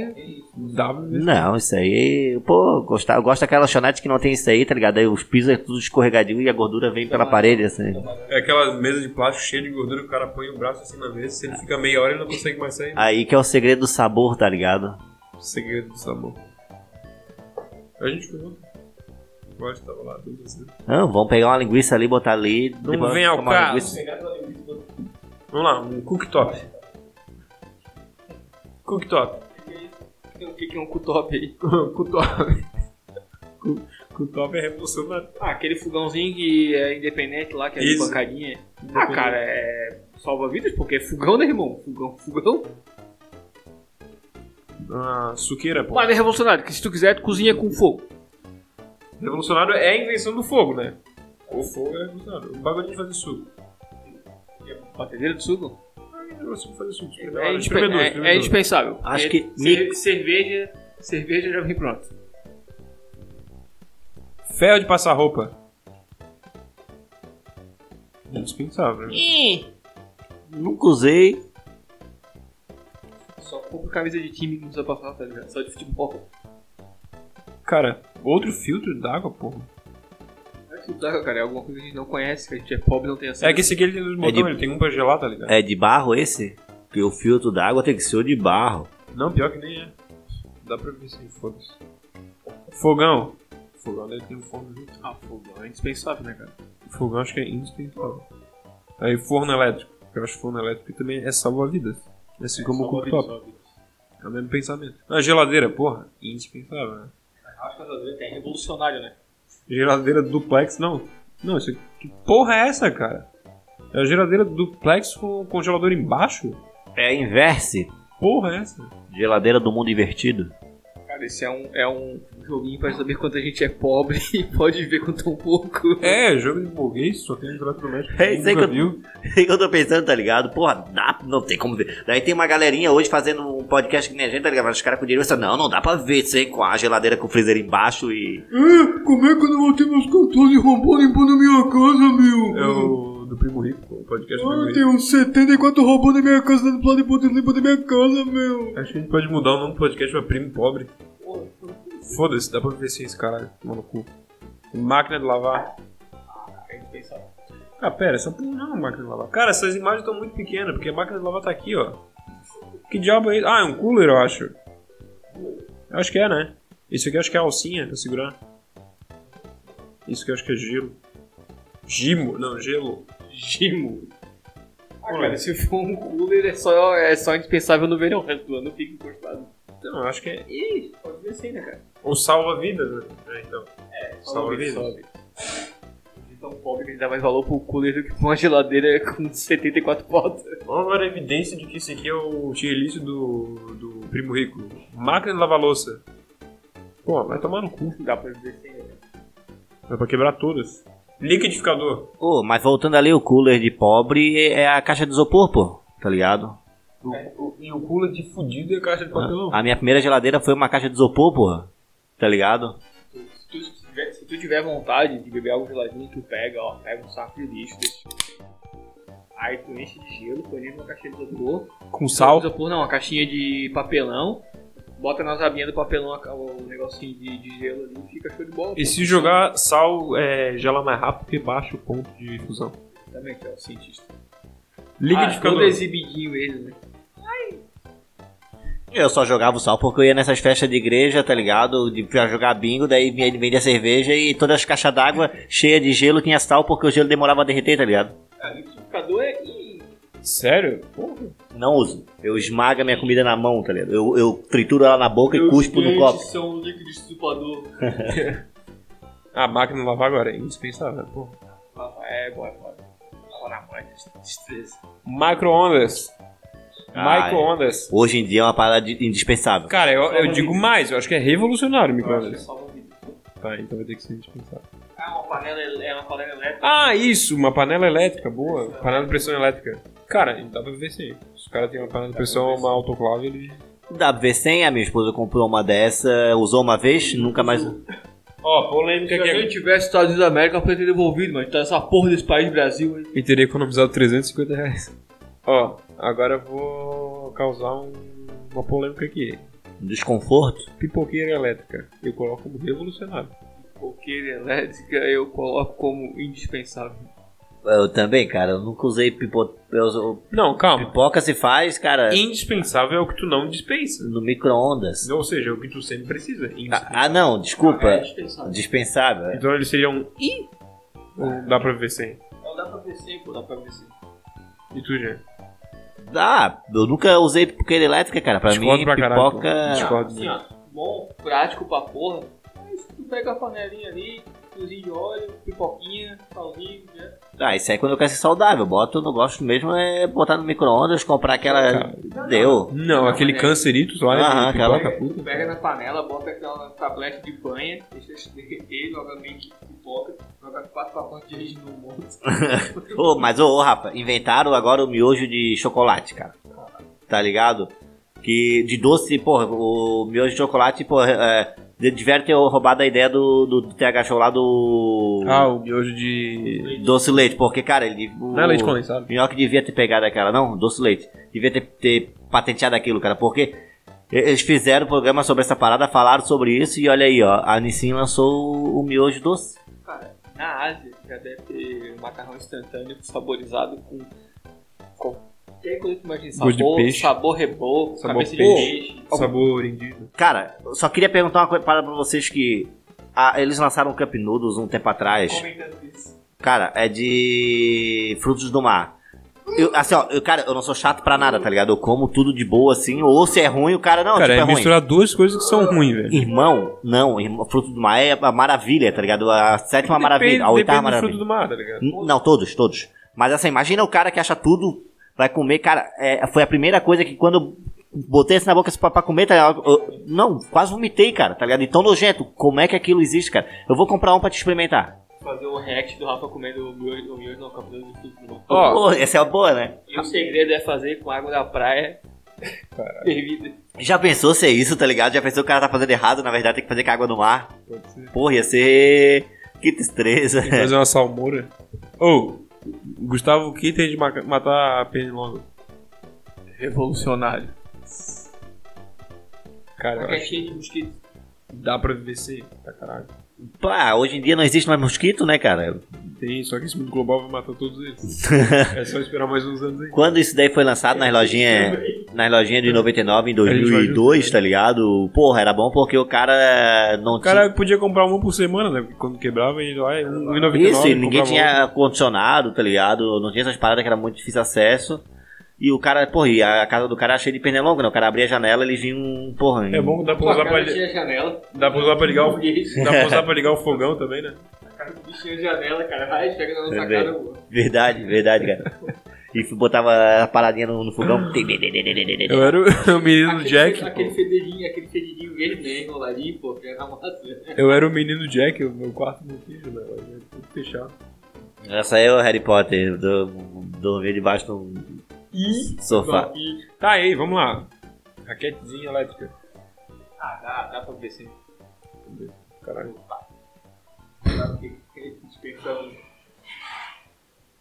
[SPEAKER 1] dá pra viver
[SPEAKER 3] Não, isso aí, pô, gostar, eu gosto daquela lanchonete que não tem isso aí, tá ligado? Aí os pisos é tudo escorregadinho e a gordura vem pela parede, assim.
[SPEAKER 1] É aquela mesa de plástico cheia de gordura que o cara põe o braço assim na mesa, se ele fica meia hora ele não consegue mais sair.
[SPEAKER 3] Aí que é o segredo do sabor, tá ligado?
[SPEAKER 1] Segredo do sabor. A gente foi junto. Agora estava lá, tudo assim.
[SPEAKER 3] Não, vamos pegar uma linguiça ali, botar ali. depois
[SPEAKER 1] vem ao
[SPEAKER 3] tomar uma
[SPEAKER 1] caso.
[SPEAKER 3] linguiça.
[SPEAKER 1] Vamos lá, um cooktop. Cooktop.
[SPEAKER 2] O que que é um cutop aí?
[SPEAKER 1] (laughs) cooktop. Cu- cooktop é revolucionário.
[SPEAKER 2] Ah, aquele fogãozinho que é independente lá, que é de
[SPEAKER 1] Isso. Tá
[SPEAKER 2] bancadinha. Ah, cara, é. Salva vidas, porque é fogão, né, irmão? Fogão, fogão.
[SPEAKER 1] Ah, suqueira, pô.
[SPEAKER 2] Mas é revolucionário, que se tu quiser, tu cozinha com fogo.
[SPEAKER 1] Revolucionário é a invenção do fogo, né? O fogo é revolucionário. O bagulho de fazer suco.
[SPEAKER 2] Batedeira de suco?
[SPEAKER 1] Ah, eu consigo fazer suco.
[SPEAKER 2] É, indispe-
[SPEAKER 1] Espremedor,
[SPEAKER 2] é-
[SPEAKER 1] espremedor.
[SPEAKER 2] é indispensável.
[SPEAKER 3] Acho
[SPEAKER 2] É-
[SPEAKER 3] que
[SPEAKER 2] ce-
[SPEAKER 3] mix.
[SPEAKER 2] cerveja, cerveja já vem pronto.
[SPEAKER 1] Ferro de passar roupa. Indispensável. né?
[SPEAKER 3] Nunca usei.
[SPEAKER 2] Só compra camisa de time que não precisa passar, tá ligado? Só de futebol.
[SPEAKER 1] Cara, outro filtro d'água, porra.
[SPEAKER 2] É que dá, cara, é alguma coisa que a gente não conhece, que a gente é pobre e não tem acesso.
[SPEAKER 1] É que esse aqui ele tem dois botões,
[SPEAKER 3] de-
[SPEAKER 1] ele tem um pra gelar, tá ligado?
[SPEAKER 3] É de barro esse? Porque o filtro d'água tem que ser o de barro.
[SPEAKER 1] Não, pior que nem é. Dá pra ver se foda-se. Fogão. Fogão deve ter um forno junto.
[SPEAKER 2] Ah, fogão é indispensável, né, cara?
[SPEAKER 1] Fogão acho que é indispensável. Aí forno elétrico. Eu acho que forno elétrico também é salva-vidas. Assim como o cooktop. É o mesmo pensamento. A geladeira, porra, indispensável, né?
[SPEAKER 2] Acho que essa é revolucionário, né?
[SPEAKER 1] Geladeira duplex, não. Não, isso aqui- que porra é essa, cara? É uma geladeira duplex com congelador embaixo?
[SPEAKER 3] É a inverse.
[SPEAKER 1] Porra é essa?
[SPEAKER 3] Geladeira do mundo invertido. (laughs)
[SPEAKER 2] Cara, esse é um, é um joguinho pra saber quanto a gente é pobre (laughs) e pode viver com tão um pouco.
[SPEAKER 1] É, jogo de burguês, só tem um entrado no médico.
[SPEAKER 3] É isso aí
[SPEAKER 1] nunca
[SPEAKER 3] que eu-
[SPEAKER 1] viu.
[SPEAKER 3] É que eu tô pensando, tá ligado? Porra, dá, não tem como ver. Daí tem uma galerinha hoje fazendo um podcast que nem a gente, tá ligado? Mas Os caras com dinheiro pensam, não, não dá pra ver isso aí com a geladeira com o freezer embaixo e.
[SPEAKER 2] Como é que eu não botei meus cartões e roubou limpando minha casa, meu?
[SPEAKER 1] É o do Primo Rico, o podcast do Primo Rico.
[SPEAKER 2] uns 74 roubou da minha casa, dando plano e botando limpo da minha casa, meu.
[SPEAKER 1] Acho que a gente pode mudar o nome do podcast pra Primo Pobre. Foda-se, dá pra ver sem esse caralho, mano cu. Máquina de lavar. Ah, pera, essa porra não é uma máquina de lavar. Cara, essas imagens estão muito pequenas, porque a máquina de lavar tá aqui, ó. Que diabo é isso? Ah, é um cooler, eu acho. Eu acho que é, né? Isso aqui eu acho que é alcinha pra segurar. Isso aqui eu acho que é gelo. Gimo, não, gelo.
[SPEAKER 2] Gimo. Ah, cara, se for um cooler, é só, é só indispensável no verão. O resto do ano fica encostado.
[SPEAKER 1] Então, eu acho que é.
[SPEAKER 2] Ih, pode ver assim, né, cara?
[SPEAKER 1] Ou salva-vidas, né? É, então. É, salva-vidas.
[SPEAKER 2] sobe. De tão pobre que ele dá mais valor pro cooler do que pra uma geladeira com 74 portas.
[SPEAKER 1] Vamos agora a evidência de que esse aqui é o tier list do, do Primo Rico. Máquina de lavar louça. Pô, vai tomar no cu.
[SPEAKER 2] Dá pra ver assim, né?
[SPEAKER 1] É pra quebrar todas. Liquidificador.
[SPEAKER 3] Ô, mas voltando ali, o cooler de pobre é é a caixa de isopor, pô. Tá ligado?
[SPEAKER 1] O- o- e o cooler de fudido e a caixa de papelão.
[SPEAKER 3] A minha primeira geladeira foi uma caixa de isopor, pô. Tá ligado?
[SPEAKER 2] Se tu, se tiver, se tu tiver vontade de beber algo geladinho, tu pega, ó, pega um saco de lixo desse. Aí tu enche de gelo, põe uma caixinha de isopor.
[SPEAKER 1] Com
[SPEAKER 2] Não, isopor não, uma caixinha de papelão. Bota nas abinhas do papelão a- o negocinho de, de gelo ali e fica show de bola.
[SPEAKER 1] E se jogar sal, é, gela mais rápido que baixa o ponto de fusão.
[SPEAKER 2] pô. Também que é o cientista. Ah,
[SPEAKER 1] Liquidificador.
[SPEAKER 2] todo exibidinho ele, né?
[SPEAKER 3] Eu só jogava o sal porque eu ia nessas festas de igreja, tá ligado? De, pra jogar bingo, daí vinha- vendia cerveja e todas as caixas d'água cheias de gelo tinha sal porque o gelo demorava a derreter, tá ligado?
[SPEAKER 2] Ah, liquidificador é. Ih,
[SPEAKER 1] Sério? Porra.
[SPEAKER 3] Não uso. Eu esmago a minha comida na mão, tá ligado? Eu, eu trituro ela na boca e cuspo no copo.
[SPEAKER 2] são liquidificador.
[SPEAKER 1] A máquina de lavar agora é indispensável, porra.
[SPEAKER 2] É, bora, bora. Tava na mão, é destreza.
[SPEAKER 1] Micro-ondas.
[SPEAKER 3] Ah,
[SPEAKER 1] Micro-ondas.
[SPEAKER 3] Hoje em dia é uma parada de- indispensável.
[SPEAKER 1] Cara, eu, eu digo mais, eu acho que é revolucionário o
[SPEAKER 2] Eu acho que
[SPEAKER 1] micro-ondas.
[SPEAKER 2] salva a vida.
[SPEAKER 1] Tá, então vai ter que ser indispensável.
[SPEAKER 2] Ah, uma panela, ele- é uma panela elétrica.
[SPEAKER 1] Ah, isso, uma panela elétrica, boa. Panela de pressão elétrica. Cara, dá pra viver sem. Se o cara tem uma panela de pressão, uma autoclave, ele.
[SPEAKER 3] WV100, a minha esposa comprou uma dessa, usou uma vez, nunca mais.
[SPEAKER 1] Ó, polêmica
[SPEAKER 2] Se a gente tivesse Estados Unidos da América, eu podia ter devolvido, mas tá essa porra desse país Brasil né? aí.
[SPEAKER 1] E teria economizado 350 reais. Ó, agora eu vou causar um- uma polêmica aqui.
[SPEAKER 3] Desconforto?
[SPEAKER 1] Pipoqueira elétrica. Eu coloco como revolucionário.
[SPEAKER 2] Coqueira elétrica eu coloco como indispensável.
[SPEAKER 3] Eu também, cara. Eu nunca usei pipo... eu uso-
[SPEAKER 1] Não, calma.
[SPEAKER 3] Pipoca se faz, cara,
[SPEAKER 1] Indispensável é o que tu não dispensa.
[SPEAKER 3] no micro-ondas.
[SPEAKER 1] Ou seja, é o que tu sempre precisa. Indispensável.
[SPEAKER 3] Ah, ah, não,
[SPEAKER 2] É
[SPEAKER 3] desculpa.
[SPEAKER 2] indispensável.
[SPEAKER 3] Dispensável. é.
[SPEAKER 1] Então ele seria um I? Ou dá pra viver sem?
[SPEAKER 2] Não dá pra ver sim, pô, dá pra ver sim.
[SPEAKER 1] E tu, Jean?
[SPEAKER 3] Ah, eu nunca usei pipoqueira elétrica, cara. Pra
[SPEAKER 1] Discordo
[SPEAKER 3] mim,
[SPEAKER 1] pra caralho,
[SPEAKER 3] pipoca.
[SPEAKER 1] pô. Discordo
[SPEAKER 2] Assim,
[SPEAKER 1] muito.
[SPEAKER 2] ó, bom, prático pra porra. Mas tu pega a panelinha ali, cozinho de óleo, pipoquinha, salzinho, né?
[SPEAKER 3] Ah, isso aí quando eu quero ser saudável. Boto, não gosto mesmo é botar no micro-ondas, comprar aquela.
[SPEAKER 2] Cara.
[SPEAKER 3] Deu.
[SPEAKER 1] Não, aquele canceritos lá,
[SPEAKER 3] Aham,
[SPEAKER 1] né?
[SPEAKER 3] aquela-
[SPEAKER 1] pipoca
[SPEAKER 2] Tu pega na panela, bota aquela tablete de banha, deixa se derreter, joga meio que pipoca, joga quatro pacotes de reis no monte.
[SPEAKER 1] (laughs)
[SPEAKER 3] Ô, mas ô, ô, Rafa, inventaram agora o miojo de chocolate, cara. Tá ligado? Que de doce, porra, o miojo de chocolate, porra, é, de- tiveram ter roubado a ideia do, do, do TH Show lá do.
[SPEAKER 1] Ah, o miojo de...
[SPEAKER 3] Doce leite, porque, cara, ele. O,
[SPEAKER 1] Não é leite condensado?
[SPEAKER 3] Minhoca devia ter pegado aquela, não? Doce leite. Devia ter, ter patenteado aquilo, cara, porque e- eles fizeram programa sobre essa parada, falaram sobre isso e olha aí, ó. A Nissin lançou o, o miojo doce.
[SPEAKER 2] Cara, na Ásia já deve ter macarrão instantâneo saborizado com qualquer coisa que imagina.
[SPEAKER 1] Gosto de
[SPEAKER 2] Sabor,
[SPEAKER 1] peixe.
[SPEAKER 2] sabor reboco,
[SPEAKER 1] Sabor
[SPEAKER 2] cabeça de
[SPEAKER 1] peixe.
[SPEAKER 2] peixe.
[SPEAKER 1] Sabor indígena.
[SPEAKER 3] Cara, eu só queria perguntar uma coisa para pra vocês que. ah, eles lançaram o Cup Noodles um tempo atrás.
[SPEAKER 2] Comentando isso.
[SPEAKER 3] Cara, é de frutos do mar. Eu, assim, ó, eu, cara, eu não sou chato pra nada, tá ligado? Eu como tudo de boa, assim. Ou se é ruim, o cara não,
[SPEAKER 1] Cara,
[SPEAKER 3] tipo,
[SPEAKER 1] é
[SPEAKER 3] é ruim.
[SPEAKER 1] misturar duas coisas que são ruins, velho.
[SPEAKER 3] Irmão, não, irmão, fruto do mar é a maravilha, tá ligado? A sétima maravilha, a oitava
[SPEAKER 1] depende do fruto
[SPEAKER 3] maravilha.
[SPEAKER 1] do mar, tá ligado?
[SPEAKER 3] N- Não, todos, todos. Mas assim, imagina o cara que acha tudo, vai comer, cara, é, foi a primeira coisa que quando eu botei isso na boca assim, pra, pra comer, tá ligado? Eu- não, quase vomitei, cara, tá ligado? Então nojento, como é que aquilo existe, cara? Eu vou comprar um pra te experimentar.
[SPEAKER 2] Fazer o react do Rafa comendo o miojo, o miojo não, capitão de tudo. não.
[SPEAKER 1] Ó.
[SPEAKER 3] Pô, essa é uma boa, né?
[SPEAKER 2] E o segredo é fazer com água da praia (laughs) fervida.
[SPEAKER 3] Já pensou ser isso, tá ligado? Já pensou que o cara tá fazendo errado, na verdade tem que fazer com a água do mar?
[SPEAKER 1] Pode ser.
[SPEAKER 3] Porra, ia ser. Que
[SPEAKER 1] (laughs)
[SPEAKER 3] destreza.
[SPEAKER 1] Fazer uma salmoura. Ou, Gustavo, o que tem de ma- matar a pernilonga?
[SPEAKER 2] Revolucionário.
[SPEAKER 1] Cara, eu
[SPEAKER 2] Porque é
[SPEAKER 1] acho que
[SPEAKER 2] cheio de mosquito.
[SPEAKER 1] dá pra viver sem pra caralho.
[SPEAKER 3] Pá, hoje em dia não existe mais mosquito, né, cara?
[SPEAKER 1] Tem, só que esse (laughs) mundo global vai matar todos eles. é só esperar mais uns anos aí.
[SPEAKER 3] Quando isso daí foi lançado nas lojinhas. nas lojinhas de 99, em
[SPEAKER 1] gente vai
[SPEAKER 3] 2002,
[SPEAKER 1] junto,
[SPEAKER 3] tá ligado? Porra, era bom porque o cara não
[SPEAKER 1] O cara podia comprar uma por semana, né? Porque Quando quebrava, ele lá, um e
[SPEAKER 3] tinha. Isso,
[SPEAKER 1] 99,
[SPEAKER 3] e
[SPEAKER 1] comprava
[SPEAKER 3] ninguém
[SPEAKER 1] outra.
[SPEAKER 3] tinha condicionado, tá ligado? Não tinha essas paradas que era muito difícil acesso. E o cara, porra, e a casa do cara era cheia de pernilongo, né? O cara abria a janela, eles vinham, porra.
[SPEAKER 1] É bom que dá pra
[SPEAKER 2] Pô,
[SPEAKER 1] usar
[SPEAKER 2] a
[SPEAKER 1] pra,
[SPEAKER 2] casa
[SPEAKER 1] li-
[SPEAKER 2] tinha janela.
[SPEAKER 1] dá pra usar pra ligar o-
[SPEAKER 2] (laughs) Burguês.
[SPEAKER 1] dá pra usar pra ligar o fogão também, né?
[SPEAKER 2] A casa do bicho tinha janela, cara. Vai, chega na nossa
[SPEAKER 3] Também.
[SPEAKER 2] cara. eu-
[SPEAKER 3] Verdade, verdade, cara. E f- botava a paradinha no, no fogão.
[SPEAKER 1] Eu era o, (laughs) o menino
[SPEAKER 2] Aquele-
[SPEAKER 1] Jack.
[SPEAKER 2] Aquele federinho, aquele federinho verde, né? Enroladinho, pô, que era massa. né?
[SPEAKER 1] Eu era o menino Jack, o meu quarto não tinha janela, era tudo fechado.
[SPEAKER 3] Essa aí é o Harry Potter, do, dormir debaixo de um
[SPEAKER 1] E.
[SPEAKER 3] sofá.
[SPEAKER 1] e- Tá aí, vamos lá. Raquetezinha elétrica.
[SPEAKER 2] Ah, dá, dá pra ver sim.
[SPEAKER 1] Caralho.
[SPEAKER 2] Dá pra ver. Dispensando.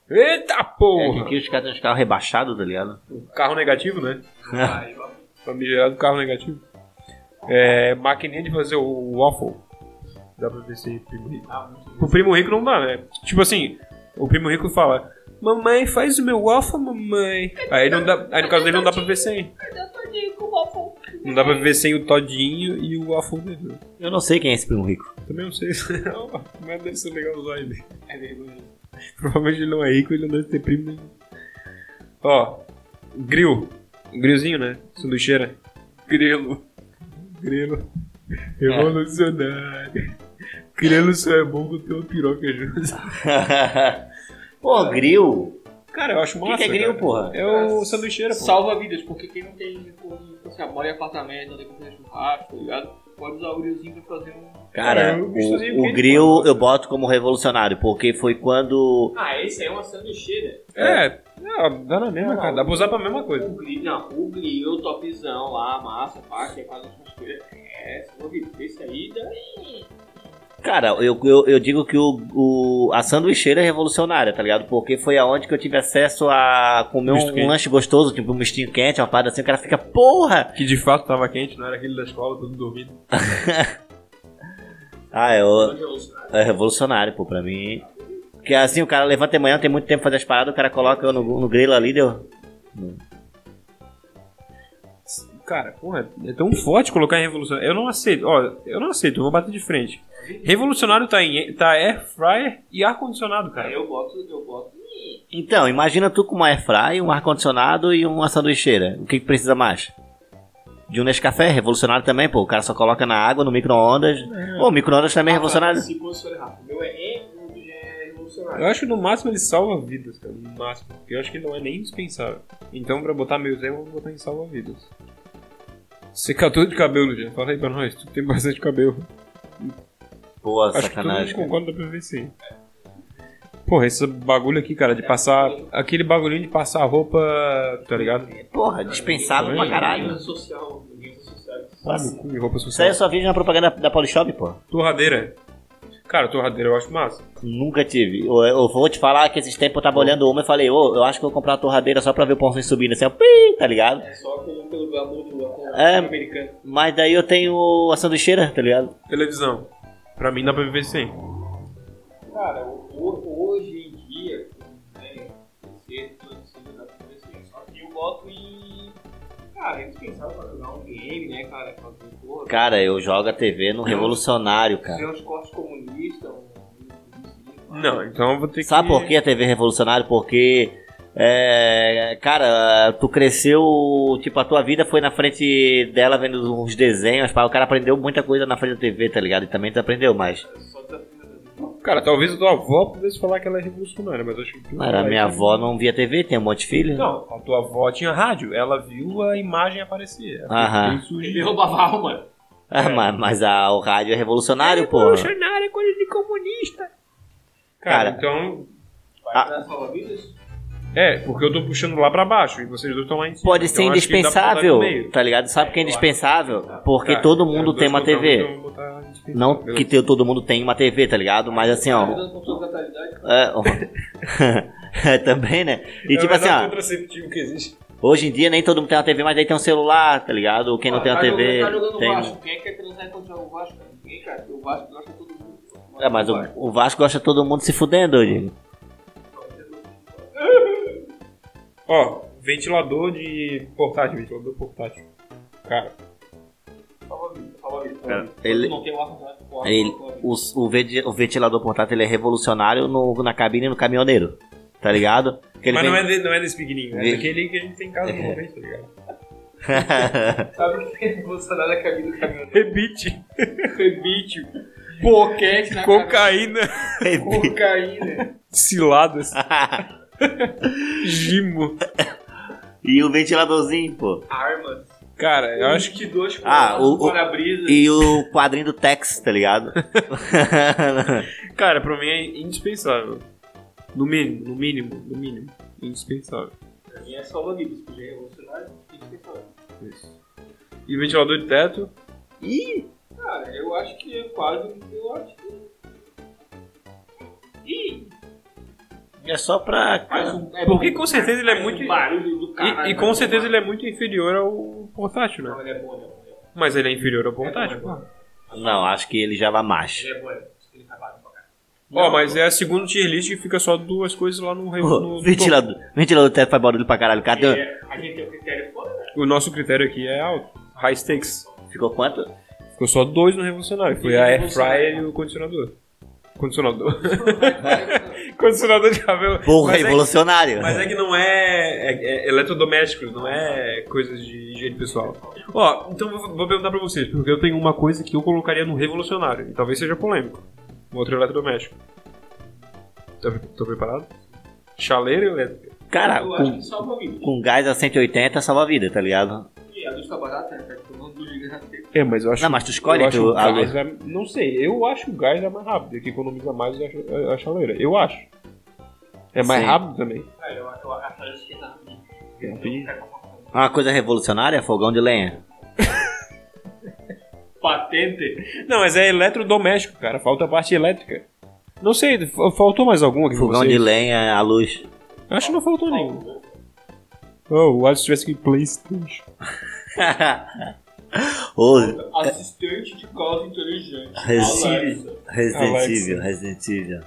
[SPEAKER 1] Eita
[SPEAKER 3] É que
[SPEAKER 1] porra!
[SPEAKER 3] aqui os caras têm uns carros rebaixados, tá ligado?
[SPEAKER 1] Carro negativo, né?
[SPEAKER 2] Aí, ó.
[SPEAKER 1] Famigerado carro negativo. É. Maquininha de fazer o waffle. Dá pra ver se é primo rico.
[SPEAKER 2] Tá muito
[SPEAKER 1] Pro primo rico não dá, né? Tipo assim, o primo rico fala: Mamãe, faz o meu waffle, mamãe. Aí, não dá, aí no caso dele não dá pra ver sem.
[SPEAKER 2] Eu tô de com o bofão.
[SPEAKER 1] Não dá pra ver sem o todinho e o waffle dele. né?
[SPEAKER 3] Eu não sei quem é esse primo rico. (laughs)
[SPEAKER 1] Também não sei (laughs) se é uma- mas deve ser legal usar ele. (laughs)
[SPEAKER 2] É vergonha.
[SPEAKER 1] Provavelmente ele não é rico, ele não deve ter primo nenhum. Ó, grill. Grillzinho, né? Sanduicheira. Grilo. Grilo. Revolucionário. Grilo só é bom com teu piroca junto.
[SPEAKER 3] Pô, grill?
[SPEAKER 1] (laughs) Cara, eu acho
[SPEAKER 3] O que,
[SPEAKER 1] massa.
[SPEAKER 3] que é grill,
[SPEAKER 1] cara.
[SPEAKER 3] porra?
[SPEAKER 1] É o sanduicheira, pô.
[SPEAKER 2] Salva vidas, porque quem não tem, porra, tipo assim, mora em apartamento, não tem como fazer churrasco, tá ligado? Pode usar o griozinho pra fazer um.
[SPEAKER 3] Cara,
[SPEAKER 1] É, eu misturinho
[SPEAKER 3] o, o
[SPEAKER 1] quente,
[SPEAKER 3] grill
[SPEAKER 1] mano.
[SPEAKER 3] eu boto como revolucionário, porque foi quando.
[SPEAKER 2] Ah, esse aí é uma sanduicheira.
[SPEAKER 1] É, é, dá na mesma, cara. Dá pra usar pra mesma coisa.
[SPEAKER 2] O grill, não, o grill, topzão lá, massa, pá, que é quase uma churrasqueira. É, salva vidas. Esse aí dá.
[SPEAKER 3] Cara, eu, eu, eu digo que o, o- a sanduicheira é revolucionária, tá ligado? Porque foi aonde que eu tive acesso a comer
[SPEAKER 1] Misto
[SPEAKER 3] um,
[SPEAKER 1] quente.
[SPEAKER 3] lanche gostoso, tipo um mistinho quente, uma parada assim, o cara fica, porra!
[SPEAKER 1] Que de fato tava quente, não era aquele da escola, todo dormindo.
[SPEAKER 3] Ah, eu,
[SPEAKER 2] Sanduicheira.
[SPEAKER 3] é revolucionário, pô, pra mim. Porque assim, o cara levanta de manhã, não tem muito tempo pra fazer as paradas, o cara coloca no, no grilo ali, deu.
[SPEAKER 1] Cara, porra, é tão forte colocar em revolucionário. Eu não aceito, ó, eu não aceito, eu vou bater de frente. Revolucionário tá em tá air fryer e ar-condicionado, cara.
[SPEAKER 2] Aí eu boto, eu boto.
[SPEAKER 3] Então, imagina tu com uma airfry, um ar-condicionado e uma sanduicheira. O que, que precisa mais? De um Nescafé, revolucionário também, pô. O cara só coloca na água, no micro-ondas. Pô, micro-ondas também é revolucionário.
[SPEAKER 2] Se posicionar errado. O meu é E, o do é revolucionário.
[SPEAKER 1] Eu acho que no máximo ele salva vidas, cara. No máximo. Porque eu acho que não é nem dispensável. Então, pra botar meio zero, eu vou botar em salva vidas. Secador de cabelo, já. Fala aí pra nós. Tu tem bastante cabelo.
[SPEAKER 3] Pô,
[SPEAKER 1] acho que todo mundo
[SPEAKER 3] sacanagem. cara.
[SPEAKER 1] concorda pra ver sim. Porra, esse bagulho aqui, cara, de passar. Aquele bagulhinho de passar roupa, tá ligado?
[SPEAKER 3] Porra, dispensável pra caralho.
[SPEAKER 2] Ninguém social, ninguém social.
[SPEAKER 1] Sabe, cu e roupa
[SPEAKER 3] Isso aí
[SPEAKER 1] social.
[SPEAKER 3] eu só vi na propaganda da Polishop, pô.
[SPEAKER 1] Torradeira. Cara, torradeira eu acho massa.
[SPEAKER 3] Nunca tive. Eu, eu vou te falar que esses tempos eu tava olhando uma e falei, ô, eu acho que eu vou comprar uma torradeira só pra ver o pãozinho subindo assim, ó, pim, tá ligado?
[SPEAKER 2] É só pelo, pelo glamour do do
[SPEAKER 3] É.
[SPEAKER 2] americano.
[SPEAKER 3] Mas daí eu tenho a sanduicheira, tá ligado?
[SPEAKER 1] Televisão. Pra mim dá pra viver sem.
[SPEAKER 2] Cara, o- o- hoje em dia, né, você precisa da conversinha, só que eu boto em... Cara, eles pensavam pra jogar um game, né, cara, fazer porra,
[SPEAKER 3] Cara, eu jogo a TV no revolucionário,
[SPEAKER 2] fazer
[SPEAKER 3] cara.
[SPEAKER 2] uns cortes comunistas, um... um- um-
[SPEAKER 1] Não, então eu vou ter que.
[SPEAKER 3] Sabe por que a TV é revolucionária? Porque, é, cara, tu cresceu, tipo, a tua vida foi na frente dela vendo uns desenhos, pá, o cara aprendeu muita coisa na frente da TV, tá ligado? E também tu aprendeu mais.
[SPEAKER 2] um, Só tá assim. desafio.
[SPEAKER 1] Cara, talvez a tua avó pudesse falar que ela é revolucionária, mas acho que. tu não
[SPEAKER 3] Cara,
[SPEAKER 1] vai. Então,
[SPEAKER 3] minha avó não via TV, tem um monte de filho.
[SPEAKER 1] Não, a tua avó tinha rádio, ela viu a imagem aparecer. é
[SPEAKER 3] Aham.
[SPEAKER 1] Aí
[SPEAKER 2] Ele
[SPEAKER 1] surgiu.
[SPEAKER 2] roubava a alma.
[SPEAKER 1] é.
[SPEAKER 3] Ah, mas, mas a- o rádio é revolucionário, pô.
[SPEAKER 1] Revolucionária, é coisa de comunista. Cara,
[SPEAKER 3] Cara.
[SPEAKER 1] então.
[SPEAKER 2] Vai
[SPEAKER 3] Ah.
[SPEAKER 2] pra salva-vidas?
[SPEAKER 1] É, porque eu tô puxando lá pra baixo e vocês dois estão lá em cima.
[SPEAKER 3] Pode ser
[SPEAKER 1] Então, acho que dá pra botar no
[SPEAKER 3] indispensável,
[SPEAKER 1] meio.
[SPEAKER 3] tá ligado? Sabe que é indispensável? Porque
[SPEAKER 1] Tá,
[SPEAKER 3] todo
[SPEAKER 1] eu
[SPEAKER 3] mundo
[SPEAKER 1] dois
[SPEAKER 3] tem uma
[SPEAKER 1] botão, então
[SPEAKER 3] TV.
[SPEAKER 1] eu vou botar indispensável.
[SPEAKER 3] Não
[SPEAKER 1] Beleza.
[SPEAKER 3] que te- todo mundo tem uma TV, tá ligado? Mas assim,
[SPEAKER 1] (laughs)
[SPEAKER 3] ó.
[SPEAKER 2] Dando controle da natalidade.
[SPEAKER 3] é, ó. (laughs) É, também, né? E
[SPEAKER 1] É o
[SPEAKER 3] tipo assim,
[SPEAKER 1] melhor
[SPEAKER 3] ó,
[SPEAKER 1] contraceptivo que existe.
[SPEAKER 3] hoje em dia nem todo mundo tem uma TV, mas daí tem um celular, tá ligado? Quem não
[SPEAKER 2] Ah,
[SPEAKER 3] tem uma
[SPEAKER 2] tá jogando-
[SPEAKER 3] TV.
[SPEAKER 2] Tá jogando o
[SPEAKER 3] tem...
[SPEAKER 2] Vasco. Quem é que quer transar contra o Vasco? cara? Ninguém, cara. O Vasco gosta de todo mundo.
[SPEAKER 3] É, mas o, o Vasco gosta de todo mundo se fudendo, eu digo.
[SPEAKER 1] Ó, Ventilador de portátil, ventilador portátil. Cara. Fala, Vitor, fala, Vitor, fala,
[SPEAKER 3] Cara,
[SPEAKER 1] Vitor.
[SPEAKER 3] ele-
[SPEAKER 1] Não tem um ar-condicionado com ar,
[SPEAKER 3] Ele-
[SPEAKER 1] fala, Vitor.
[SPEAKER 3] o, o venti- o ventilador portátil ele é revolucionário no- na cabine e no caminhoneiro, tá ligado? Porque ele
[SPEAKER 1] Mas
[SPEAKER 3] vem-
[SPEAKER 1] não é, de- não é desse pequenininho, é
[SPEAKER 3] Ele-
[SPEAKER 1] daquele que a gente tem em casa normalmente, tá ligado?
[SPEAKER 2] Sabe o que é revolucionário na cabine do caminhão?
[SPEAKER 1] Rebite,
[SPEAKER 2] (laughs) Rebite, boquete na cara,
[SPEAKER 1] (laughs) cocaína,
[SPEAKER 3] (laughs)
[SPEAKER 2] cocaína.
[SPEAKER 1] ciladas, gimo.
[SPEAKER 3] e o ventiladorzinho, pô.
[SPEAKER 2] Armas.
[SPEAKER 1] Cara, eu acho que.
[SPEAKER 2] que.
[SPEAKER 3] Ah, o- o-
[SPEAKER 2] Para-brisa.
[SPEAKER 3] E o quadrinho do Tex, tá ligado? (laughs)
[SPEAKER 1] Cara, pra mim é indispensável. No mínimo, no mínimo, no mínimo. Indispensável.
[SPEAKER 2] Pra mim é só logística, porque é revolucionário. O que que você fala?
[SPEAKER 1] Isso. E ventilador de teto?
[SPEAKER 2] Cara, eu acho que é quase. Eu acho que. é. Ih,
[SPEAKER 3] é só pra.
[SPEAKER 2] faz um. É
[SPEAKER 1] Porque com certeza ele é
[SPEAKER 2] faz
[SPEAKER 1] muito.
[SPEAKER 2] Um
[SPEAKER 1] E,
[SPEAKER 2] barulho do caralho.
[SPEAKER 1] e com
[SPEAKER 2] mas-
[SPEAKER 1] certeza ele é muito inferior ao portátil, né?
[SPEAKER 2] Não, ele é bom, ele é bom. ele é bom.
[SPEAKER 1] Mas ele é inferior ao portátil. pô.
[SPEAKER 3] Não, acho que ele já vai mais.
[SPEAKER 2] Ele é bom, ele é bom. Ele tá barato pra caralho.
[SPEAKER 1] Ó, mas é a segunda tier list e fica só duas coisas lá no. re-
[SPEAKER 3] Pô,
[SPEAKER 1] no
[SPEAKER 3] ventilador, ventilador do teto faz barulho pra caralho.
[SPEAKER 1] Ah,
[SPEAKER 3] Cadê?
[SPEAKER 2] É, A gente tem um critério foda, né?
[SPEAKER 1] O nosso critério aqui é alto. High stakes.
[SPEAKER 3] Ficou quanto?
[SPEAKER 1] Ficou só dois no revolucionário. Foi a air fryer e o condicionador. Condicionador. (laughs) condicionador de cabelo.
[SPEAKER 3] Porra,
[SPEAKER 1] Mas é que-
[SPEAKER 3] revolucionário.
[SPEAKER 1] Mas é que não é, é, é eletrodomésticos, não é coisas de higiene pessoal. Ó, então vou, vou perguntar pra vocês, porque eu tenho uma coisa que eu colocaria no revolucionário, e talvez seja polêmico. Um outro eletrodoméstico. Tá, tô preparado? Chaleira elétrica.
[SPEAKER 3] Cara,
[SPEAKER 2] Eu acho
[SPEAKER 3] com,
[SPEAKER 2] que só o vídeo.
[SPEAKER 3] com gás a 180 salva a vida, tá ligado?
[SPEAKER 2] E a luz tá barata, né? Tá tomando do giga já tem.
[SPEAKER 1] É, mas eu acho
[SPEAKER 3] Não, mas tu escolhe
[SPEAKER 1] eu acho um
[SPEAKER 3] tu,
[SPEAKER 1] o
[SPEAKER 3] a
[SPEAKER 1] gás
[SPEAKER 3] luz.
[SPEAKER 1] vai- Não sei, eu acho que o gás é mais rápido, que economiza mais a, a chaleira. Eu acho. É mais
[SPEAKER 3] Sim.
[SPEAKER 1] rápido também.
[SPEAKER 2] Cara, Ah, eu acho que tá- a chave esquerda rapidinho.
[SPEAKER 1] É rapidinho.
[SPEAKER 3] Uma coisa revolucionária, fogão de lenha.
[SPEAKER 2] Patente.
[SPEAKER 1] Não, mas é eletrodoméstico, cara. Falta a parte elétrica. Não sei, f- faltou mais alguma aqui pra
[SPEAKER 3] Fogão
[SPEAKER 1] vocês?
[SPEAKER 3] de lenha, a luz.
[SPEAKER 1] Eu Acho que não faltou nenhum. Oh, o Alisson tivesse que PlayStation.
[SPEAKER 3] (laughs) Ô,
[SPEAKER 2] Assistente de causa inteligente.
[SPEAKER 3] Resi-
[SPEAKER 2] Alexa.
[SPEAKER 3] Resident
[SPEAKER 1] Alexa.
[SPEAKER 3] Evil, Resident Evil.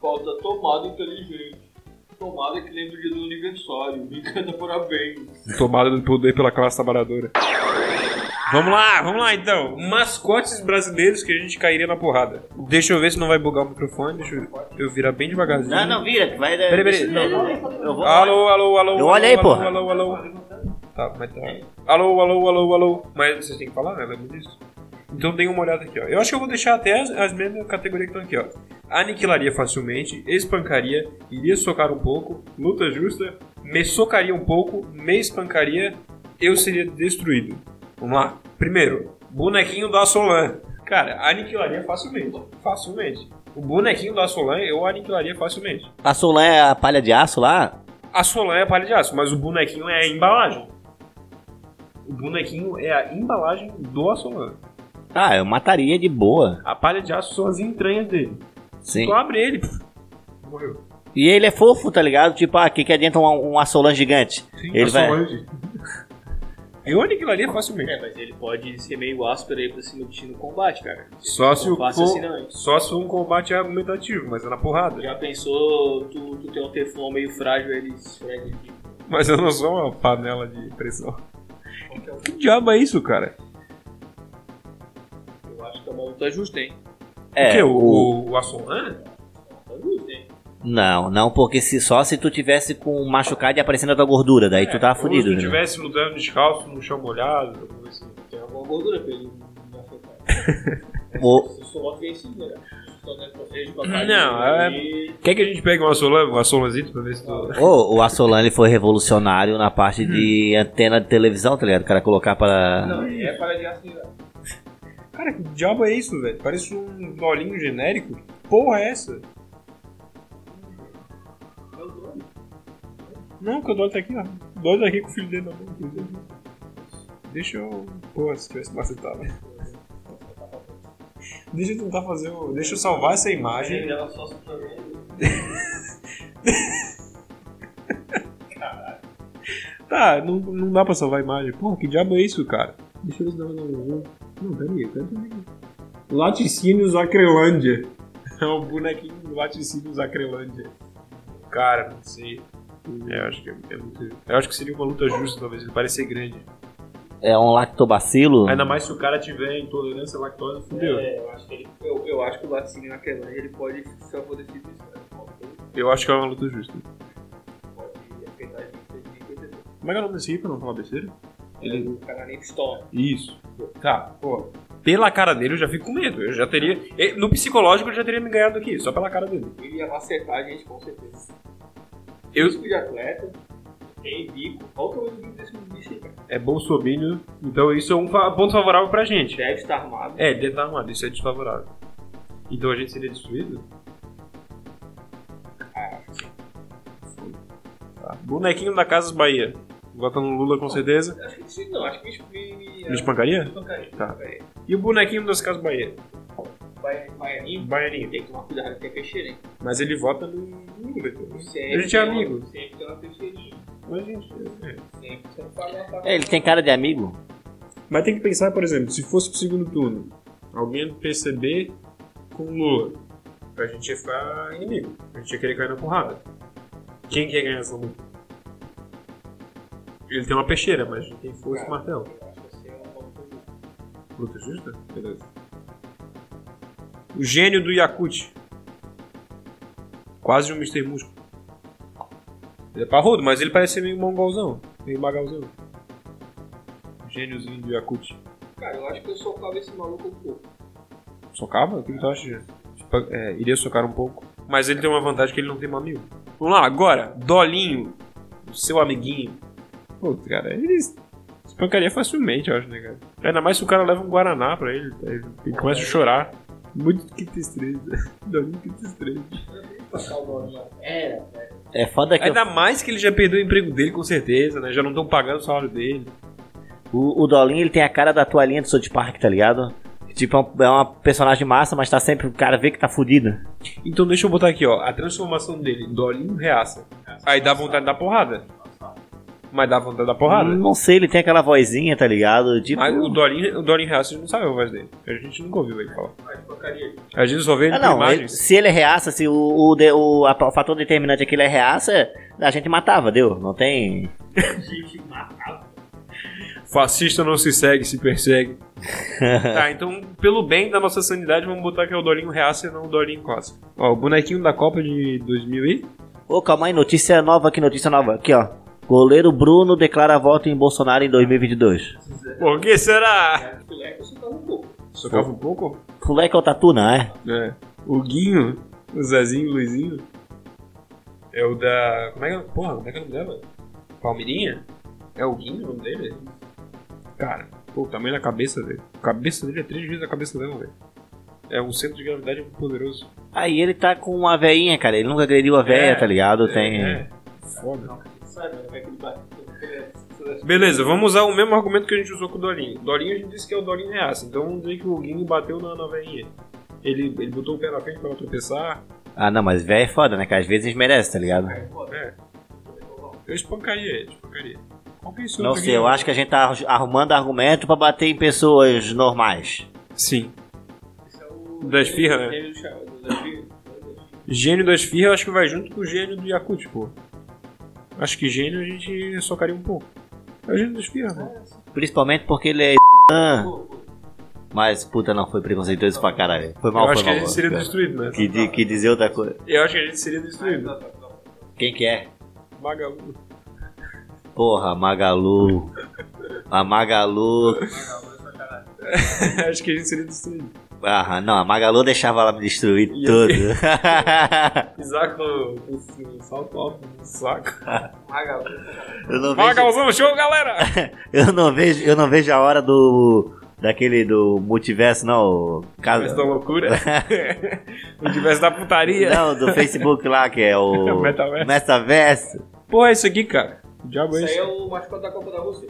[SPEAKER 2] Falta tomada inteligente. Tomada que lembra o dia do aniversário. Me canta parabéns.
[SPEAKER 1] Tomada do poder pela classe trabalhadora. Vamos lá, vamos lá então. Mascotes brasileiros que a gente cairia na porrada. Deixa eu ver se não vai bugar o microfone. Deixa eu, eu virar bem devagarzinho.
[SPEAKER 3] Não, não, vira, que vai.
[SPEAKER 1] Peraí, peraí. Não, não. Ah.
[SPEAKER 3] Eu vou.
[SPEAKER 1] Alô, alô, alô.
[SPEAKER 3] Não
[SPEAKER 1] alô,
[SPEAKER 3] olha aí,
[SPEAKER 1] alô,
[SPEAKER 3] porra.
[SPEAKER 1] Alô, alô, Tá, mas tá. Alô, alô, alô, alô. Mas vocês têm que falar, né? Lembra disso? Então dei uma olhada aqui, ó. Eu acho que eu vou deixar até as, as mesmas categorias que estão aqui, ó. Aniquilaria facilmente, espancaria, iria socar um pouco, luta justa, me socaria um pouco, me espancaria, eu seria destruído. Vamos lá. Primeiro, bonequinho da Solan. Cara, aniquilaria facilmente. Facilmente. O bonequinho da Solan eu aniquilaria facilmente.
[SPEAKER 3] A Solan é a palha de aço lá?
[SPEAKER 1] A Solan é a palha de aço, mas o bonequinho é a embalagem. O bonequinho é a embalagem do Assolan.
[SPEAKER 3] Ah, eu mataria de boa.
[SPEAKER 1] A palha de aço são as entranhas dele.
[SPEAKER 3] Sim.
[SPEAKER 1] Tu abre ele, pff, morreu.
[SPEAKER 3] E ele é fofo, tá ligado? Tipo, ah, o que, que adianta um, um açolan gigante? ele vai.
[SPEAKER 1] (laughs) Eu aniquilaria facilmente.
[SPEAKER 2] É, mas ele pode ser meio áspero aí pra se meter no combate, cara.
[SPEAKER 1] Só se,
[SPEAKER 2] Não
[SPEAKER 1] o
[SPEAKER 2] faça
[SPEAKER 1] co-
[SPEAKER 2] assim não, hein?
[SPEAKER 1] só se for um combate argumentativo, mas é na porrada.
[SPEAKER 2] Já pensou tu, tu tem um teflon meio frágil, ele esfrega aqui.
[SPEAKER 1] Mas eu não sou uma panela de pressão. Que diabo é isso, cara?
[SPEAKER 2] Eu acho que é uma luta justa, hein?
[SPEAKER 1] o
[SPEAKER 3] É,
[SPEAKER 1] que? O, o, o Assolan?
[SPEAKER 2] Luta justa, hein?
[SPEAKER 3] Não, não, porque se, só se tu tivesse com um machucado e aparecendo a tua gordura, daí tu tava
[SPEAKER 1] É,
[SPEAKER 3] fudido.
[SPEAKER 1] Como se
[SPEAKER 3] né?
[SPEAKER 1] tu estivesse lutando descalço no chão molhado, alguma coisa assim.
[SPEAKER 2] Tem alguma gordura pra ele me afetar.
[SPEAKER 3] O-
[SPEAKER 2] Eu sou ofensivo, né? Só deve proteger pra
[SPEAKER 1] Não, é-
[SPEAKER 2] caralho.
[SPEAKER 1] Quer que a gente pegue uma Solan, uma Solanzito pra ver se tu.
[SPEAKER 3] Ô, o Assolan ele foi revolucionário na parte
[SPEAKER 1] Hum.
[SPEAKER 3] de antena de televisão, tá ligado? O cara colocar para.
[SPEAKER 2] Não, é para de assim, né?
[SPEAKER 1] Cara, que diabo é isso, velho? Parece um olhinho genérico. Que Porra, é essa? Não, que o Dolly tá aqui, ó. O Dolly tá aqui com o filho dele na mão. entendeu? Deixa eu. Porra, se tivesse macetado. Deixa eu tentar fazer o. Deixa eu salvar essa
[SPEAKER 4] É,
[SPEAKER 1] imagem.
[SPEAKER 2] Ela só se tornou-
[SPEAKER 1] Tá, não, não dá pra salvar a imagem. Porra, que diabo é isso, cara? Deixa eu ver se dá pra salvar a imagem. Não, pera aí, eu quero também. Laticínios (laughs) Acrelândia. É o bonequinho do Laticínios Acrelândia. Cara, não sei. Eu acho que é, é muito. Eu acho que seria uma luta justa, talvez, ele parecer grande.
[SPEAKER 3] É um lactobacilo?
[SPEAKER 1] Ainda mais se o cara tiver intolerância à lactose, fudeu.
[SPEAKER 4] É, eu acho que ele, eu, eu acho que o Latinho naquela ele pode só poder se desviar.
[SPEAKER 1] Eu acho que é uma luta justa.
[SPEAKER 4] Pode afetar a gente de 52.
[SPEAKER 1] Como é que é o nome desse aqui pra não falar besteira? Ele-
[SPEAKER 4] O cara nem pistola.
[SPEAKER 1] Isso. Tá, pô. Pela cara dele eu já fico com medo. Eu já teria. eh, No psicológico eu já teria me ganhado aqui, só pela cara dele.
[SPEAKER 4] Ele ia macetar a gente com certeza.
[SPEAKER 1] Eu-
[SPEAKER 4] Risco de atleta, tem bico. Olha o tamanho do bico desse bicho aí, cara.
[SPEAKER 1] É bolsominion, então isso é um fa- ponto favorável pra gente.
[SPEAKER 4] Deve estar armado.
[SPEAKER 1] É, ele tá armado, isso é desfavorável. Então a gente seria destruído? Tá. Bonequinho da Casas Bahia. Vota no Lula com certeza.
[SPEAKER 4] Acho que sim, não. Acho que me. me,
[SPEAKER 1] Me É. espancaria?
[SPEAKER 4] é, espancaria.
[SPEAKER 1] Tá.
[SPEAKER 4] É,
[SPEAKER 1] E o bonequinho das Casas Bahia?
[SPEAKER 4] Vai, vai aí.
[SPEAKER 1] Baianinho.
[SPEAKER 4] Tem que tomar cuidado que é peixeirinho.
[SPEAKER 1] Mas ele vota no Lula. então.
[SPEAKER 4] Sempre
[SPEAKER 1] A gente
[SPEAKER 4] tem
[SPEAKER 1] é
[SPEAKER 4] uma-
[SPEAKER 1] amigo.
[SPEAKER 4] Sempre tem uma peixeirinha.
[SPEAKER 1] Mas, gente, é.
[SPEAKER 4] Sempre você não paga uma
[SPEAKER 3] É, ele tem cara de amigo?
[SPEAKER 1] Mas tem que pensar, por exemplo, se fosse pro segundo turno, alguém do PCB com o Lula. A gente ia ficar inimigo. A gente ia querer cair na porrada. Quem quer ganhar essa luta? Ele tem uma peixeira, mas não tem força e martelo.
[SPEAKER 4] Eu acho que você é uma coisa.
[SPEAKER 1] Luta justa? Beleza. O gênio do Yakut. Quase um Mr. Músculo. Ele é parrudo, mas ele parece ser meio mongolzão. Meio bagalzão. Gêniozinho do Yakut.
[SPEAKER 4] Cara, eu acho que eu socava esse maluco um pouco.
[SPEAKER 1] Socava? O que que tu acha? Tipo, é, iria socar um pouco. Mas ele tem uma vantagem que ele não tem mamilo. Vamos lá, agora. Dolinho. O seu amiguinho. Putz, cara, ele se espancaria facilmente, eu acho, né, cara? Ainda mais se o cara leva um Guaraná pra ele. tá? Ele, ele começa a chorar. Muito que tristeza. (laughs) Dolinho, que tristeza.
[SPEAKER 4] Passar o nome lá. Era,
[SPEAKER 3] É foda que
[SPEAKER 1] Ainda mais que ele já perdeu o emprego dele, com certeza, né? Já não estão pagando o salário dele.
[SPEAKER 3] o, o Dolin ele tem a cara da toalhinha do South Park, tá ligado? Tipo, é um- é uma personagem massa, mas tá sempre. O cara vê que tá fudido.
[SPEAKER 1] Então deixa eu botar aqui, ó. A transformação dele. Dolinho, reaça. Aí dá vontade da porrada. Mas dá vontade da porrada.
[SPEAKER 3] Hum, Não sei, ele tem aquela vozinha, tá ligado? Tipo.
[SPEAKER 1] Mas o Dorin, o Dorin Real, a gente não sabe a voz dele. A gente nunca ouviu ele falar.
[SPEAKER 4] mas porcaria.
[SPEAKER 1] A gente só vê ele
[SPEAKER 3] Ah,
[SPEAKER 1] por
[SPEAKER 3] não, ele-
[SPEAKER 1] imagens.
[SPEAKER 3] se ele é reaça, se o, o, de- o, a- o fator determinante é que ele é reaça, a gente matava, deu? Não tem.
[SPEAKER 4] Gente, matava.
[SPEAKER 1] Fascista não se segue, se
[SPEAKER 3] (laughs)
[SPEAKER 1] persegue. tá, então, pelo bem da nossa sanidade, vamos botar que é o Dorinho Reaça e não o Dorinho Costa. Ó, o bonequinho da Copa de 2000 e...
[SPEAKER 3] Ô, calma aí, notícia nova aqui, notícia nova. Aqui, ó. Goleiro Bruno declara voto em Bolsonaro em 2022.
[SPEAKER 1] Por que será?
[SPEAKER 4] Filé, eu socava um pouco.
[SPEAKER 1] Socava um pouco?
[SPEAKER 3] Moleque é o Tatu, não é?
[SPEAKER 1] É. O Guinho, o Zezinho, o Luizinho. É o da... Como é que é? Porra, como é que é o nome dela? Palmeirinha? É o Guinho o nome dele? Cara, pô, o tamanho da cabeça dele. A cabeça dele é três vezes a cabeça dela, velho. É um centro de gravidade muito poderoso.
[SPEAKER 3] Aí ele tá com uma veinha, cara. Ele nunca agrediu a veia,
[SPEAKER 1] É,
[SPEAKER 3] tá ligado? Tem.
[SPEAKER 1] É, é. Foda.
[SPEAKER 4] Sabe, né? é, Vai que ele bate.
[SPEAKER 1] Beleza, vamos usar o mesmo argumento que a gente usou com o Dolinho. Dolinho a gente disse que é o Dolinho reaça, então vamos dizer que o Guinho bateu na, na veinha. Ele, ele botou o pé na frente pra ela tropeçar.
[SPEAKER 3] Ah, não, mas véia é foda, né? Que às vezes merece, tá ligado?
[SPEAKER 1] É. Eu espancaria ele, espancaria. Qual que é isso?
[SPEAKER 3] Não sei, eu acho que a gente tá arrumando argumento pra bater em pessoas normais.
[SPEAKER 1] Sim.
[SPEAKER 4] Esse é o.
[SPEAKER 1] Da esfirra, né?
[SPEAKER 4] Gênio do chá- do- da esfirra.
[SPEAKER 1] Gênio da esfirra eu acho que vai junto com o gênio do Yakut, pô. Acho que gênio a gente socaria um pouco. É o gênio da esfirra, né?
[SPEAKER 3] Principalmente porque ele é. Mas, puta, não, foi preconceituoso pra caralho. Foi mal,
[SPEAKER 1] eu acho
[SPEAKER 3] foi
[SPEAKER 1] que a
[SPEAKER 3] mal.
[SPEAKER 1] gente seria
[SPEAKER 3] cara.
[SPEAKER 1] destruído, né?
[SPEAKER 3] que, di- que dizer outra coisa.
[SPEAKER 1] Eu acho que a gente seria destruído.
[SPEAKER 3] Quem que é?
[SPEAKER 1] tá. Magalu.
[SPEAKER 3] Porra, Magalu. A Magalu.
[SPEAKER 1] (laughs) acho que a gente seria destruído.
[SPEAKER 3] Ah, não, a Magalu deixava ela me destruir tudo.
[SPEAKER 1] Isaac com com- com salto alto né? no saco.
[SPEAKER 4] Magalu.
[SPEAKER 3] (laughs) eu, não vejo,
[SPEAKER 1] Magalzão, show,
[SPEAKER 3] (laughs)
[SPEAKER 1] galera!
[SPEAKER 3] eu, não vejo, eu não vejo a hora do. Daquele do multiverso, não. o
[SPEAKER 1] Essa da
[SPEAKER 3] Caso,
[SPEAKER 1] (laughs) loucura. o diverso da putaria.
[SPEAKER 3] não, do Facebook lá, que é
[SPEAKER 1] É
[SPEAKER 3] o.
[SPEAKER 1] (laughs) o metaverso.
[SPEAKER 3] Metaverso.
[SPEAKER 1] Porra, é isso aqui, cara. O diabo é um-
[SPEAKER 4] Isso aí
[SPEAKER 1] esse?
[SPEAKER 4] é o mascote da Copa da Rússia.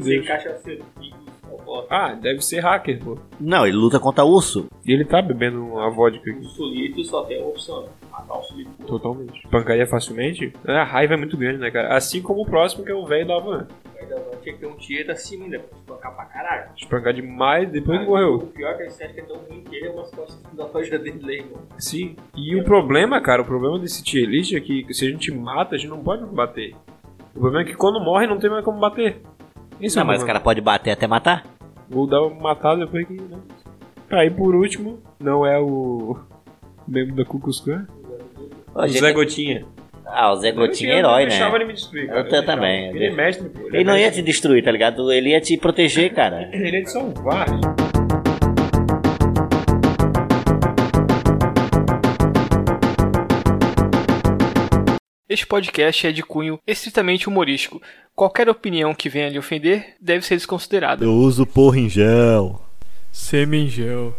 [SPEAKER 4] Sem
[SPEAKER 1] Deus.
[SPEAKER 4] cachaceiro. Amigos, fofoca,
[SPEAKER 1] Ah, deve ser hacker, pô.
[SPEAKER 3] Não, ele luta contra urso.
[SPEAKER 1] E ele tá bebendo uma vodka
[SPEAKER 4] O
[SPEAKER 1] aqui.
[SPEAKER 4] sulito um só tem uma opção: né? matar o sulito.
[SPEAKER 1] é Totalmente. Pancaria facilmente? A raiva é muito grande, né, cara? Assim como o próximo, que é o velho da van.
[SPEAKER 4] Vai
[SPEAKER 2] gravando, tinha que ter um tiro acima ainda, pra espancar pra caralho.
[SPEAKER 1] Espancar demais, depois morreu.
[SPEAKER 2] O pior é que a estética é tão ruim que ele é umas costas da loja dele, né, irmão.
[SPEAKER 1] Sim. E o problema, cara, o problema desse tier list é que se a gente mata, a gente não pode bater. O problema é que quando morre, não tem mais como bater. Isso é o
[SPEAKER 3] Não, mas
[SPEAKER 1] problema.
[SPEAKER 3] o cara pode bater até matar?
[SPEAKER 1] Vou dar uma matada depois que. Né? Aí por último, não é o. (laughs) Membro da Cucuscan?
[SPEAKER 3] Ô,
[SPEAKER 1] O
[SPEAKER 3] gente,
[SPEAKER 1] Zé Gotinha.
[SPEAKER 3] Ah, o Zé Gotinha é
[SPEAKER 1] Eu
[SPEAKER 3] herói,
[SPEAKER 1] deixava
[SPEAKER 3] né?
[SPEAKER 1] ele me destruir,
[SPEAKER 3] Eu
[SPEAKER 1] cara.
[SPEAKER 3] tô
[SPEAKER 1] deixava.
[SPEAKER 3] também,
[SPEAKER 1] Ele
[SPEAKER 3] eu
[SPEAKER 1] é
[SPEAKER 3] deixo.
[SPEAKER 1] mestre, pô.
[SPEAKER 3] Ele não ia te destruir, tá ligado? Ele ia te proteger, cara.
[SPEAKER 1] Ele é de salvar.
[SPEAKER 5] Este podcast é de cunho estritamente humorístico. Qualquer opinião que venha lhe ofender deve ser desconsiderada.
[SPEAKER 6] Eu uso porra em gel.
[SPEAKER 5] Semingel.